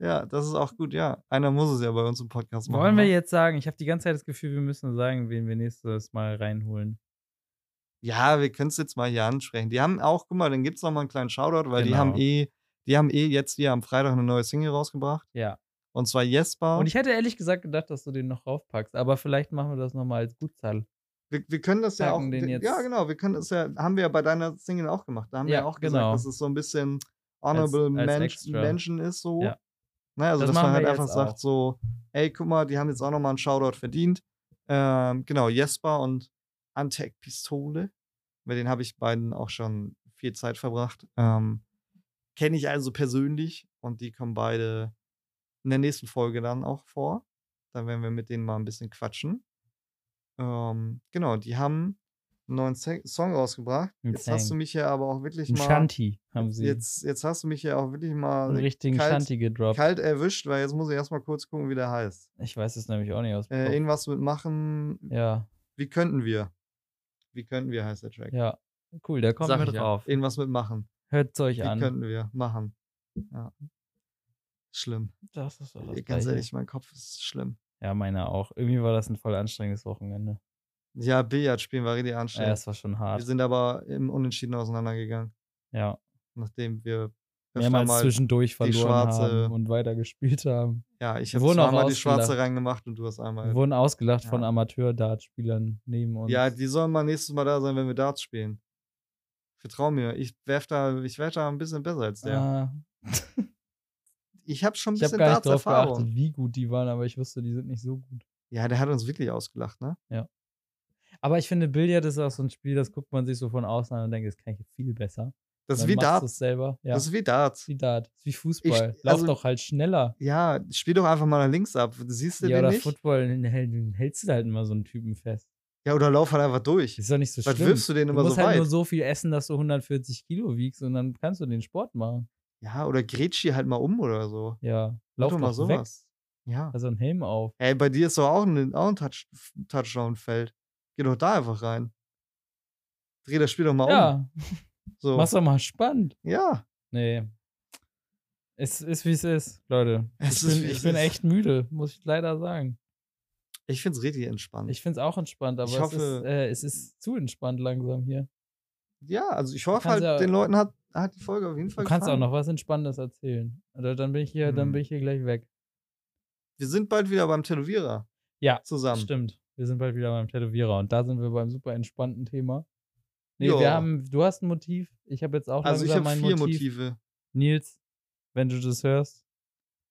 Speaker 3: Ja, das ist auch gut, ja. Einer muss es ja bei uns im Podcast machen.
Speaker 2: Wollen wir
Speaker 3: ne?
Speaker 2: jetzt sagen, ich habe die ganze Zeit das Gefühl, wir müssen sagen, wen wir nächstes Mal reinholen.
Speaker 3: Ja, wir können es jetzt mal hier ansprechen. Die haben auch, guck mal, dann gibt's noch mal einen kleinen Shoutout, weil die
Speaker 2: Genau.
Speaker 3: haben eh, die haben eh jetzt hier am Freitag eine neue Single rausgebracht.
Speaker 2: Ja.
Speaker 3: Und zwar Jesper.
Speaker 2: Und ich hätte ehrlich gesagt gedacht, dass du den noch raufpackst, aber vielleicht machen wir das nochmal als Gutzahl.
Speaker 3: wir, wir können das ja auch.
Speaker 2: Packen den jetzt.
Speaker 3: Ja, genau, wir können das ja, haben wir ja bei deiner Single auch gemacht. Da haben wir
Speaker 2: Ja,
Speaker 3: ja auch gesagt,
Speaker 2: genau.
Speaker 3: dass es so ein bisschen Honorable
Speaker 2: als
Speaker 3: Mention,
Speaker 2: extra.
Speaker 3: Mention ist so.
Speaker 2: Ja.
Speaker 3: Naja, also
Speaker 2: Das
Speaker 3: dass man
Speaker 2: machen
Speaker 3: halt
Speaker 2: wir
Speaker 3: einfach
Speaker 2: jetzt auch.
Speaker 3: sagt, so, ey, guck mal, die haben jetzt auch nochmal einen Shoutout verdient. Ähm, genau, Jesper und Antec Pistole. Mit denen habe ich beiden auch schon viel Zeit verbracht. Ähm, Kenne ich also persönlich und die kommen beide in der nächsten Folge dann auch vor. Dann werden wir mit denen mal ein bisschen quatschen. Ähm, genau, die haben einen neuen Se Song rausgebracht.
Speaker 2: Einen
Speaker 3: Jetzt hast du
Speaker 2: Song.
Speaker 3: mich ja aber auch wirklich
Speaker 2: Ein
Speaker 3: mal.
Speaker 2: Shanti haben sie.
Speaker 3: Jetzt, jetzt hast du mich ja auch wirklich mal
Speaker 2: einen richtigen
Speaker 3: kalt-
Speaker 2: Shanti gedroppt.
Speaker 3: kalt erwischt, weil jetzt muss ich erstmal kurz gucken, wie der heißt.
Speaker 2: Ich weiß es nämlich auch nicht aus. dem
Speaker 3: Äh,
Speaker 2: Kopf.
Speaker 3: irgendwas mit machen.
Speaker 2: ja,
Speaker 3: Wie könnten wir? Wie könnten wir heißt der Track?
Speaker 2: ja. Cool, da kommen
Speaker 3: Sag
Speaker 2: wir
Speaker 3: ich ja.
Speaker 2: drauf.
Speaker 3: Irgendwas mit machen.
Speaker 2: Hört's euch
Speaker 3: Wie
Speaker 2: an.
Speaker 3: könnten wir machen? Ja. Schlimm.
Speaker 2: Das ist doch das
Speaker 3: Ganz
Speaker 2: Gleiche.
Speaker 3: ehrlich, mein Kopf ist schlimm.
Speaker 2: Ja, meiner auch. Irgendwie war das ein voll anstrengendes Wochenende.
Speaker 3: Ja, Billard spielen war richtig
Speaker 2: Ja,
Speaker 3: anstrengend.
Speaker 2: das war schon
Speaker 3: wir
Speaker 2: hart.
Speaker 3: sind aber im Unentschieden auseinandergegangen,
Speaker 2: Ja,
Speaker 3: nachdem wir öfter
Speaker 2: mehrmals
Speaker 3: mal-
Speaker 2: zwischendurch verloren
Speaker 3: schwarze-
Speaker 2: haben und weitergespielt haben.
Speaker 3: Ja, ich
Speaker 2: Wir
Speaker 3: habe
Speaker 2: wurden auch
Speaker 3: zweimal die Schwarze
Speaker 2: ausgelacht.
Speaker 3: reingemacht und du hast
Speaker 2: Wir
Speaker 3: einmal.
Speaker 2: wurden ausgelacht von
Speaker 3: Ja.
Speaker 2: Amateur-Dartspielern neben uns.
Speaker 3: Ja, die sollen mal nächstes Mal da sein, wenn wir Darts spielen. Vertrau mir, ich werf da, ich werf da ein bisschen besser als der.
Speaker 2: Ah,
Speaker 3: Ich habe schon ein
Speaker 2: ich habe
Speaker 3: bisschen
Speaker 2: gar nicht
Speaker 3: Darts
Speaker 2: drauf
Speaker 3: Erfahrung.
Speaker 2: geachtet, wie gut die waren, aber ich wusste, die sind nicht so gut.
Speaker 3: Ja, der hat uns wirklich ausgelacht, ne?
Speaker 2: Aber ich finde, Billard ist auch so ein Spiel, das guckt man sich so von außen an und denkt, das kann ich viel besser.
Speaker 3: Das ist
Speaker 2: Dann
Speaker 3: wie
Speaker 2: machst du's
Speaker 3: Darts.
Speaker 2: selber. Ja,
Speaker 3: Das
Speaker 2: das
Speaker 3: ist wie Darts.
Speaker 2: wie Dart. Das ist wie Fußball.
Speaker 3: Ich-
Speaker 2: Lauf
Speaker 3: also-
Speaker 2: doch halt schneller.
Speaker 3: Ja, spiel doch einfach mal nach links ab. Siehst du
Speaker 2: Ja,
Speaker 3: den
Speaker 2: oder
Speaker 3: nicht?
Speaker 2: Football, dann hält- dann hältst du halt immer so einen Typen fest.
Speaker 3: Ja, oder lauf halt einfach durch.
Speaker 2: Ist doch nicht so
Speaker 3: Was
Speaker 2: schlimm.
Speaker 3: wirfst du den
Speaker 2: Du
Speaker 3: immer
Speaker 2: musst
Speaker 3: so
Speaker 2: halt
Speaker 3: weit?
Speaker 2: nur so viel essen, dass du 140 Kilo wiegst und dann kannst du den Sport machen.
Speaker 3: Ja, oder grätsch die halt mal um oder so.
Speaker 2: Ja, lauf
Speaker 3: doch
Speaker 2: doch
Speaker 3: mal
Speaker 2: weg.
Speaker 3: sowas. Ja.
Speaker 2: Also einen Helm auf.
Speaker 3: Ey, bei dir ist doch auch ein, auch ein Touch, Touchdown-Feld. Geh doch da einfach rein. Dreh das Spiel doch mal um.
Speaker 2: Ja,
Speaker 3: So.
Speaker 2: mach's doch mal spannend.
Speaker 3: Ja.
Speaker 2: Nee. Es ist, wie es ist, Leute.
Speaker 3: Es
Speaker 2: Ich
Speaker 3: ist,
Speaker 2: bin,
Speaker 3: wie
Speaker 2: ich
Speaker 3: es
Speaker 2: bin
Speaker 3: ist.
Speaker 2: echt müde, muss ich leider sagen.
Speaker 3: Ich find's richtig entspannt.
Speaker 2: Ich find's auch entspannt, aber
Speaker 3: Ich
Speaker 2: es, ist,
Speaker 3: hoffe-
Speaker 2: äh, es ist zu entspannt langsam hier.
Speaker 3: ja, also ich hoffe
Speaker 2: kannst
Speaker 3: halt,
Speaker 2: ja-
Speaker 3: den Leuten hat, hat die Folge auf jeden
Speaker 2: Du
Speaker 3: Fall
Speaker 2: kannst auch
Speaker 3: gefallen.
Speaker 2: noch was Entspannendes erzählen. Oder dann bin ich hier, dann
Speaker 3: Hm.
Speaker 2: bin ich hier gleich weg.
Speaker 3: Wir sind bald wieder beim Tätowierer.
Speaker 2: Ja,
Speaker 3: Zusammen.
Speaker 2: Stimmt. Wir sind bald wieder beim Tätowierer und da sind wir beim super entspannten Thema. Nee,
Speaker 3: Jo.
Speaker 2: wir haben, du hast ein Motiv. Ich habe jetzt auch
Speaker 3: Also ich
Speaker 2: langsam
Speaker 3: habe
Speaker 2: mein
Speaker 3: vier
Speaker 2: Motiv.
Speaker 3: Motive.
Speaker 2: Nils, wenn du das hörst,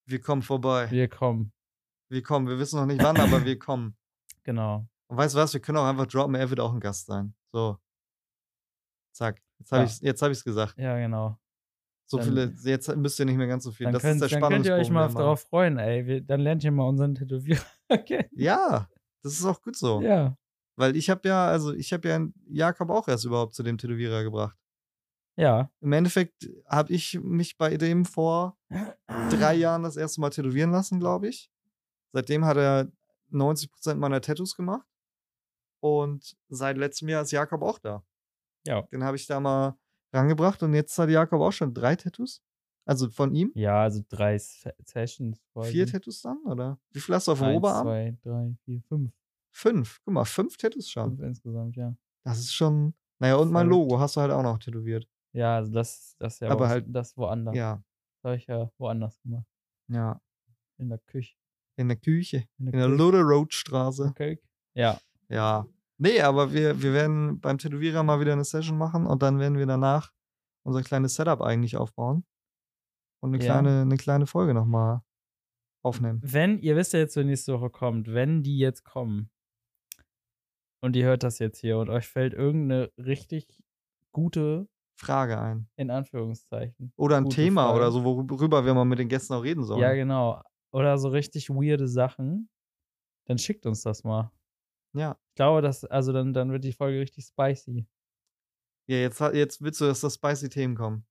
Speaker 3: Wir kommen vorbei. Wir,
Speaker 2: wir kommen.
Speaker 3: kommen. Wir wissen noch nicht wann, aber wir kommen.
Speaker 2: Genau.
Speaker 3: Und weißt du was? Wir können auch einfach droppen. Er wird auch ein Gast sein. So. Zack. Jetzt habe
Speaker 2: Ja.
Speaker 3: ich's. Jetzt habe ich's gesagt.
Speaker 2: Ja, genau.
Speaker 3: So
Speaker 2: Dann-
Speaker 3: viele. Jetzt müsst ihr nicht mehr ganz so viel.
Speaker 2: Dann
Speaker 3: das
Speaker 2: könnt,
Speaker 3: ist der
Speaker 2: dann könnt ihr euch
Speaker 3: Spannungsbogen,
Speaker 2: mal
Speaker 3: der
Speaker 2: darauf freuen, ey. Wir, dann lernt ihr mal unseren Tätowierer kennen.
Speaker 3: Ja. Das ist auch gut so.
Speaker 2: Ja.
Speaker 3: Weil ich habe ja, also ich habe ja Jakob auch erst überhaupt zu dem Tätowierer gebracht.
Speaker 2: Ja.
Speaker 3: Im Endeffekt habe ich mich bei dem vor drei Jahren das erste Mal tätowieren lassen, glaube ich. Seitdem hat er 90% meiner Tattoos gemacht. Und seit letztem Jahr ist Jakob auch da.
Speaker 2: Ja.
Speaker 3: Den habe ich da mal rangebracht und jetzt hat Jakob auch schon drei Tattoos. Also von ihm.
Speaker 2: Ja, also drei Se- Sessions. quasi.
Speaker 3: Vier Tattoos dann, oder? Wie viel hast du auf dem
Speaker 2: Eins,
Speaker 3: Oberarm?
Speaker 2: Zwei, drei, vier, fünf.
Speaker 3: Fünf. Guck mal, fünf Tattoos schon.
Speaker 2: Fünf insgesamt, ja.
Speaker 3: Das ist schon. Naja, und mein
Speaker 2: Verrückt.
Speaker 3: Logo hast du halt auch noch tätowiert.
Speaker 2: Ja, also das, das ist ja
Speaker 3: Aber
Speaker 2: was-
Speaker 3: halt-
Speaker 2: das woanders.
Speaker 3: Ja.
Speaker 2: Das habe ich ja woanders gemacht.
Speaker 3: Ja.
Speaker 2: In der Küche.
Speaker 3: In der Küche. In der
Speaker 2: Küche.
Speaker 3: Lode Road Straße.
Speaker 2: Kölk. Ja,
Speaker 3: Ja. Nee, aber wir, wir werden beim Tätowierer mal wieder eine Session machen und dann werden wir danach unser kleines Setup eigentlich aufbauen und eine,
Speaker 2: Ja. Mhm.
Speaker 3: kleine, eine kleine Folge nochmal aufnehmen.
Speaker 2: wenn, ihr wisst ja jetzt, wer nächste Woche kommt, wenn die jetzt kommen und ihr hört das jetzt hier und euch fällt irgendeine richtig gute,
Speaker 3: Frage ein.
Speaker 2: in Anführungszeichen.
Speaker 3: Oder ein
Speaker 2: Gute
Speaker 3: Thema
Speaker 2: Frage.
Speaker 3: oder so, worüber wir mal mit den Gästen auch reden sollen.
Speaker 2: Ja, genau. oder so richtig weirde Sachen, dann schickt uns das mal.
Speaker 3: Ja.
Speaker 2: Ich glaube, dass, also dann, dann wird die Folge richtig spicy.
Speaker 3: Ja, jetzt, hat- jetzt willst du, dass da spicy Themen kommen.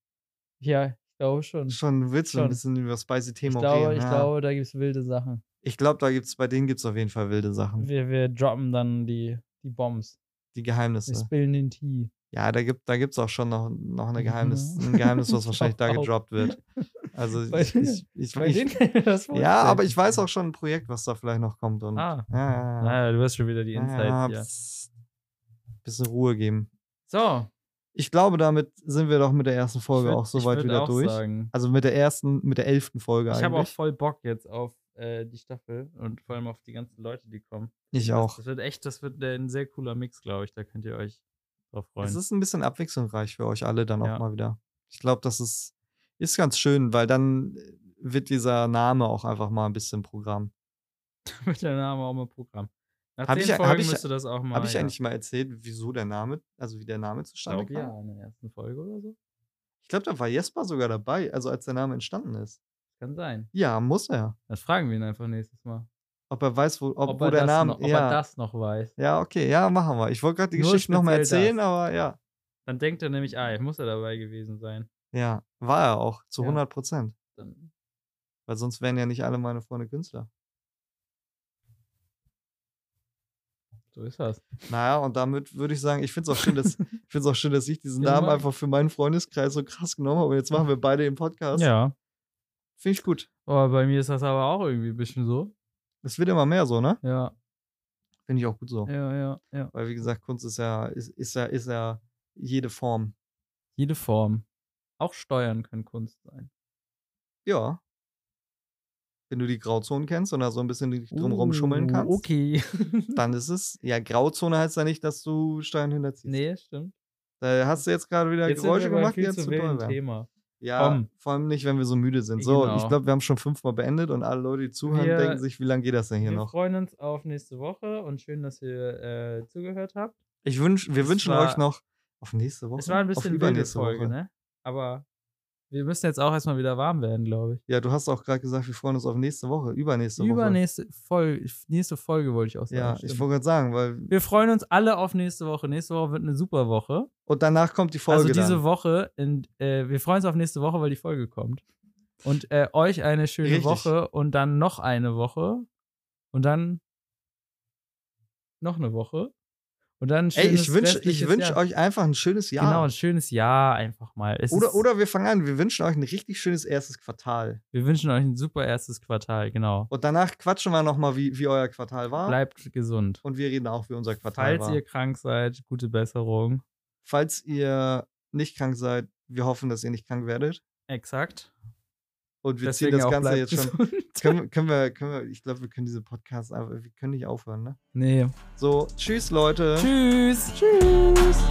Speaker 2: Ja, ich glaube schon.
Speaker 3: Schon willst du ein
Speaker 2: Schon.
Speaker 3: bisschen über spicy
Speaker 2: Ich
Speaker 3: Themen auch
Speaker 2: glaube,
Speaker 3: reden.
Speaker 2: ich
Speaker 3: ja.
Speaker 2: glaube, da gibt es wilde Sachen.
Speaker 3: ich glaube, da gibt's, bei denen gibt es auf jeden Fall wilde Sachen.
Speaker 2: Wir, wir droppen dann die, die Bombs.
Speaker 3: Die
Speaker 2: Wir
Speaker 3: Geheimnisse.
Speaker 2: spillen den Tee.
Speaker 3: Ja, da gibt es da gibt's auch schon noch, noch eine Geheimnis,
Speaker 2: Mhm.
Speaker 3: ein Geheimnis, was wahrscheinlich da
Speaker 2: Glaub auch.
Speaker 3: gedroppt wird. Also
Speaker 2: Bei
Speaker 3: ich,
Speaker 2: denen-
Speaker 3: ich, ich,
Speaker 2: Bei denen
Speaker 3: ich,
Speaker 2: kann ich mir das vorstellen.
Speaker 3: Ja, aber ich weiß auch schon ein Projekt, was da vielleicht noch kommt. Und,
Speaker 2: Ah.
Speaker 3: ja, ja, ja.
Speaker 2: Naja, du hast schon wieder die Insights
Speaker 3: Ja,
Speaker 2: hier.
Speaker 3: pss, bisschen Ruhe geben.
Speaker 2: So,
Speaker 3: Ich glaube, damit sind wir doch mit der ersten Folge
Speaker 2: ich würd-
Speaker 3: auch
Speaker 2: ich
Speaker 3: soweit
Speaker 2: würd
Speaker 3: wieder
Speaker 2: auch
Speaker 3: durch.
Speaker 2: Sagen,
Speaker 3: Also mit der ersten, mit der elften Folge
Speaker 2: ich habe auch
Speaker 3: eigentlich.
Speaker 2: voll Bock jetzt auf äh, die Staffel und vor allem auf die ganzen Leute, die kommen.
Speaker 3: ich
Speaker 2: Das-
Speaker 3: auch.
Speaker 2: Das wird echt, das wird ein sehr cooler Mix, glaube ich. Da könnt ihr euch drauf freuen.
Speaker 3: Es ist ein bisschen abwechslungsreich für euch alle dann
Speaker 2: Ja.
Speaker 3: auch mal wieder. Ich glaube, das ist, ist ganz schön, weil dann wird dieser Name auch einfach mal ein bisschen Programm.
Speaker 2: mit der Name auch mal Programm. Nach
Speaker 3: Hab
Speaker 2: zehn
Speaker 3: ich- hab
Speaker 2: Folgen
Speaker 3: ich-
Speaker 2: müsste das auch mal.
Speaker 3: Habe ich
Speaker 2: ja.
Speaker 3: eigentlich mal erzählt, wieso der Name, also wie der Name
Speaker 2: Ich
Speaker 3: zustande
Speaker 2: glaube,
Speaker 3: kam?
Speaker 2: ja, in der ersten Folge oder so.
Speaker 3: Ich glaube, da war Jesper sogar dabei, also als der Name entstanden ist.
Speaker 2: Kann sein.
Speaker 3: Ja, muss er.
Speaker 2: Dann fragen wir ihn einfach nächstes Mal.
Speaker 3: Ob er weiß, wo, ob,
Speaker 2: Ob,
Speaker 3: wo
Speaker 2: er,
Speaker 3: der
Speaker 2: das
Speaker 3: Name
Speaker 2: noch, ob
Speaker 3: ja.
Speaker 2: er das noch weiß.
Speaker 3: ja, okay, ja, machen wir. Ich wollte gerade die
Speaker 2: Nur
Speaker 3: Geschichte nochmal
Speaker 2: speziell
Speaker 3: erzählen,
Speaker 2: das.
Speaker 3: aber ja.
Speaker 2: Dann denkt er nämlich, ah, ich muss ja dabei gewesen sein.
Speaker 3: Ja, war er auch zu
Speaker 2: Ja.
Speaker 3: 100 Prozent.
Speaker 2: Dann,
Speaker 3: Weil sonst wären ja nicht alle meine Freunde Künstler.
Speaker 2: so ist das.
Speaker 3: Naja, und damit würde ich sagen, ich finde es auch, schön, dass- ich find's auch schön, dass ich diesen
Speaker 2: Ja,
Speaker 3: Namen
Speaker 2: Mann.
Speaker 3: einfach für meinen Freundeskreis so krass genommen habe. Und jetzt machen wir beide den Podcast.
Speaker 2: Ja.
Speaker 3: Finde ich gut.
Speaker 2: Aber bei mir ist das aber auch irgendwie ein bisschen so.
Speaker 3: Es wird immer mehr so, ne?
Speaker 2: Ja,
Speaker 3: Finde ich auch gut so.
Speaker 2: ja, ja, ja.
Speaker 3: Weil, wie gesagt, Kunst ist ja, ist, ist ja, ist ja jede Form.
Speaker 2: Jede Form. Auch Steuern können Kunst sein.
Speaker 3: Ja. Wenn du die Grauzonen kennst und da so ein bisschen drumherum schummeln
Speaker 2: Uh,
Speaker 3: kannst.
Speaker 2: Okay.
Speaker 3: Dann ist es, ja, Grauzone heißt ja nicht, dass du Steuern hinterziehst.
Speaker 2: nee, stimmt.
Speaker 3: Da hast du jetzt gerade wieder
Speaker 2: Jetzt sind
Speaker 3: Geräusche
Speaker 2: wir beim
Speaker 3: gemacht, die
Speaker 2: viel
Speaker 3: jetzt
Speaker 2: zu
Speaker 3: zu teuer
Speaker 2: wilden
Speaker 3: wären.
Speaker 2: Thema.
Speaker 3: Ja,
Speaker 2: Komm.
Speaker 3: vor allem nicht, wenn wir so müde sind. So,
Speaker 2: Genau.
Speaker 3: ich glaube, wir haben schon fünfmal beendet und alle Leute, die zuhören,
Speaker 2: Wir-
Speaker 3: denken sich, wie lange geht das denn hier
Speaker 2: wir
Speaker 3: noch?
Speaker 2: freuen uns auf nächste Woche und schön, dass ihr äh, zugehört habt.
Speaker 3: Ich wünsch, wir
Speaker 2: Es
Speaker 3: wünschen
Speaker 2: war-
Speaker 3: euch noch auf nächste Woche.
Speaker 2: Es war ein
Speaker 3: auf
Speaker 2: bisschen wilde
Speaker 3: übernächste
Speaker 2: Folge,
Speaker 3: Woche.
Speaker 2: ne? Aber wir müssen jetzt auch erstmal wieder warm werden, glaube ich.
Speaker 3: Ja, du hast auch gerade gesagt, wir freuen uns auf nächste Woche, übernächste Woche.
Speaker 2: Übernächste Folge, nächste Folge wollte ich auch sagen.
Speaker 3: Ja, ich
Speaker 2: stimmt.
Speaker 3: wollte gerade sagen, weil
Speaker 2: wir freuen uns alle auf nächste Woche. Nächste Woche wird eine super Woche.
Speaker 3: und danach kommt die Folge
Speaker 2: also diese
Speaker 3: dann.
Speaker 2: Woche, in, äh, wir freuen uns auf nächste Woche, weil die Folge kommt. Und äh, euch eine schöne
Speaker 3: Richtig.
Speaker 2: Woche und dann noch eine Woche und dann noch eine Woche und dann ein
Speaker 3: Ey,
Speaker 2: schönes
Speaker 3: ich wünsche ich
Speaker 2: restliches
Speaker 3: wünsch
Speaker 2: Jahr.
Speaker 3: euch einfach ein schönes Jahr.
Speaker 2: Genau, ein schönes Jahr einfach mal. Es
Speaker 3: oder,
Speaker 2: ist,
Speaker 3: oder wir fangen an, wir wünschen euch ein richtig schönes erstes Quartal.
Speaker 2: Wir wünschen euch ein super erstes Quartal, genau.
Speaker 3: Und danach quatschen wir nochmal, wie, wie euer Quartal war.
Speaker 2: Bleibt gesund.
Speaker 3: Und wir reden auch, wie unser Quartal
Speaker 2: Falls
Speaker 3: war.
Speaker 2: ihr krank seid, gute Besserung.
Speaker 3: Falls ihr nicht krank seid, wir hoffen, dass ihr nicht krank werdet.
Speaker 2: Exakt.
Speaker 3: Und wir
Speaker 2: Deswegen
Speaker 3: ziehen das
Speaker 2: auch
Speaker 3: Ganze
Speaker 2: bleibt
Speaker 3: jetzt schon.
Speaker 2: gesund.
Speaker 3: Können, wir- können, wir, können wir, ich glaube, wir können diese Podcasts einfach, wir können nicht aufhören, ne?
Speaker 2: Nee.
Speaker 3: So, tschüss, Leute.
Speaker 2: Tschüss. Tschüss.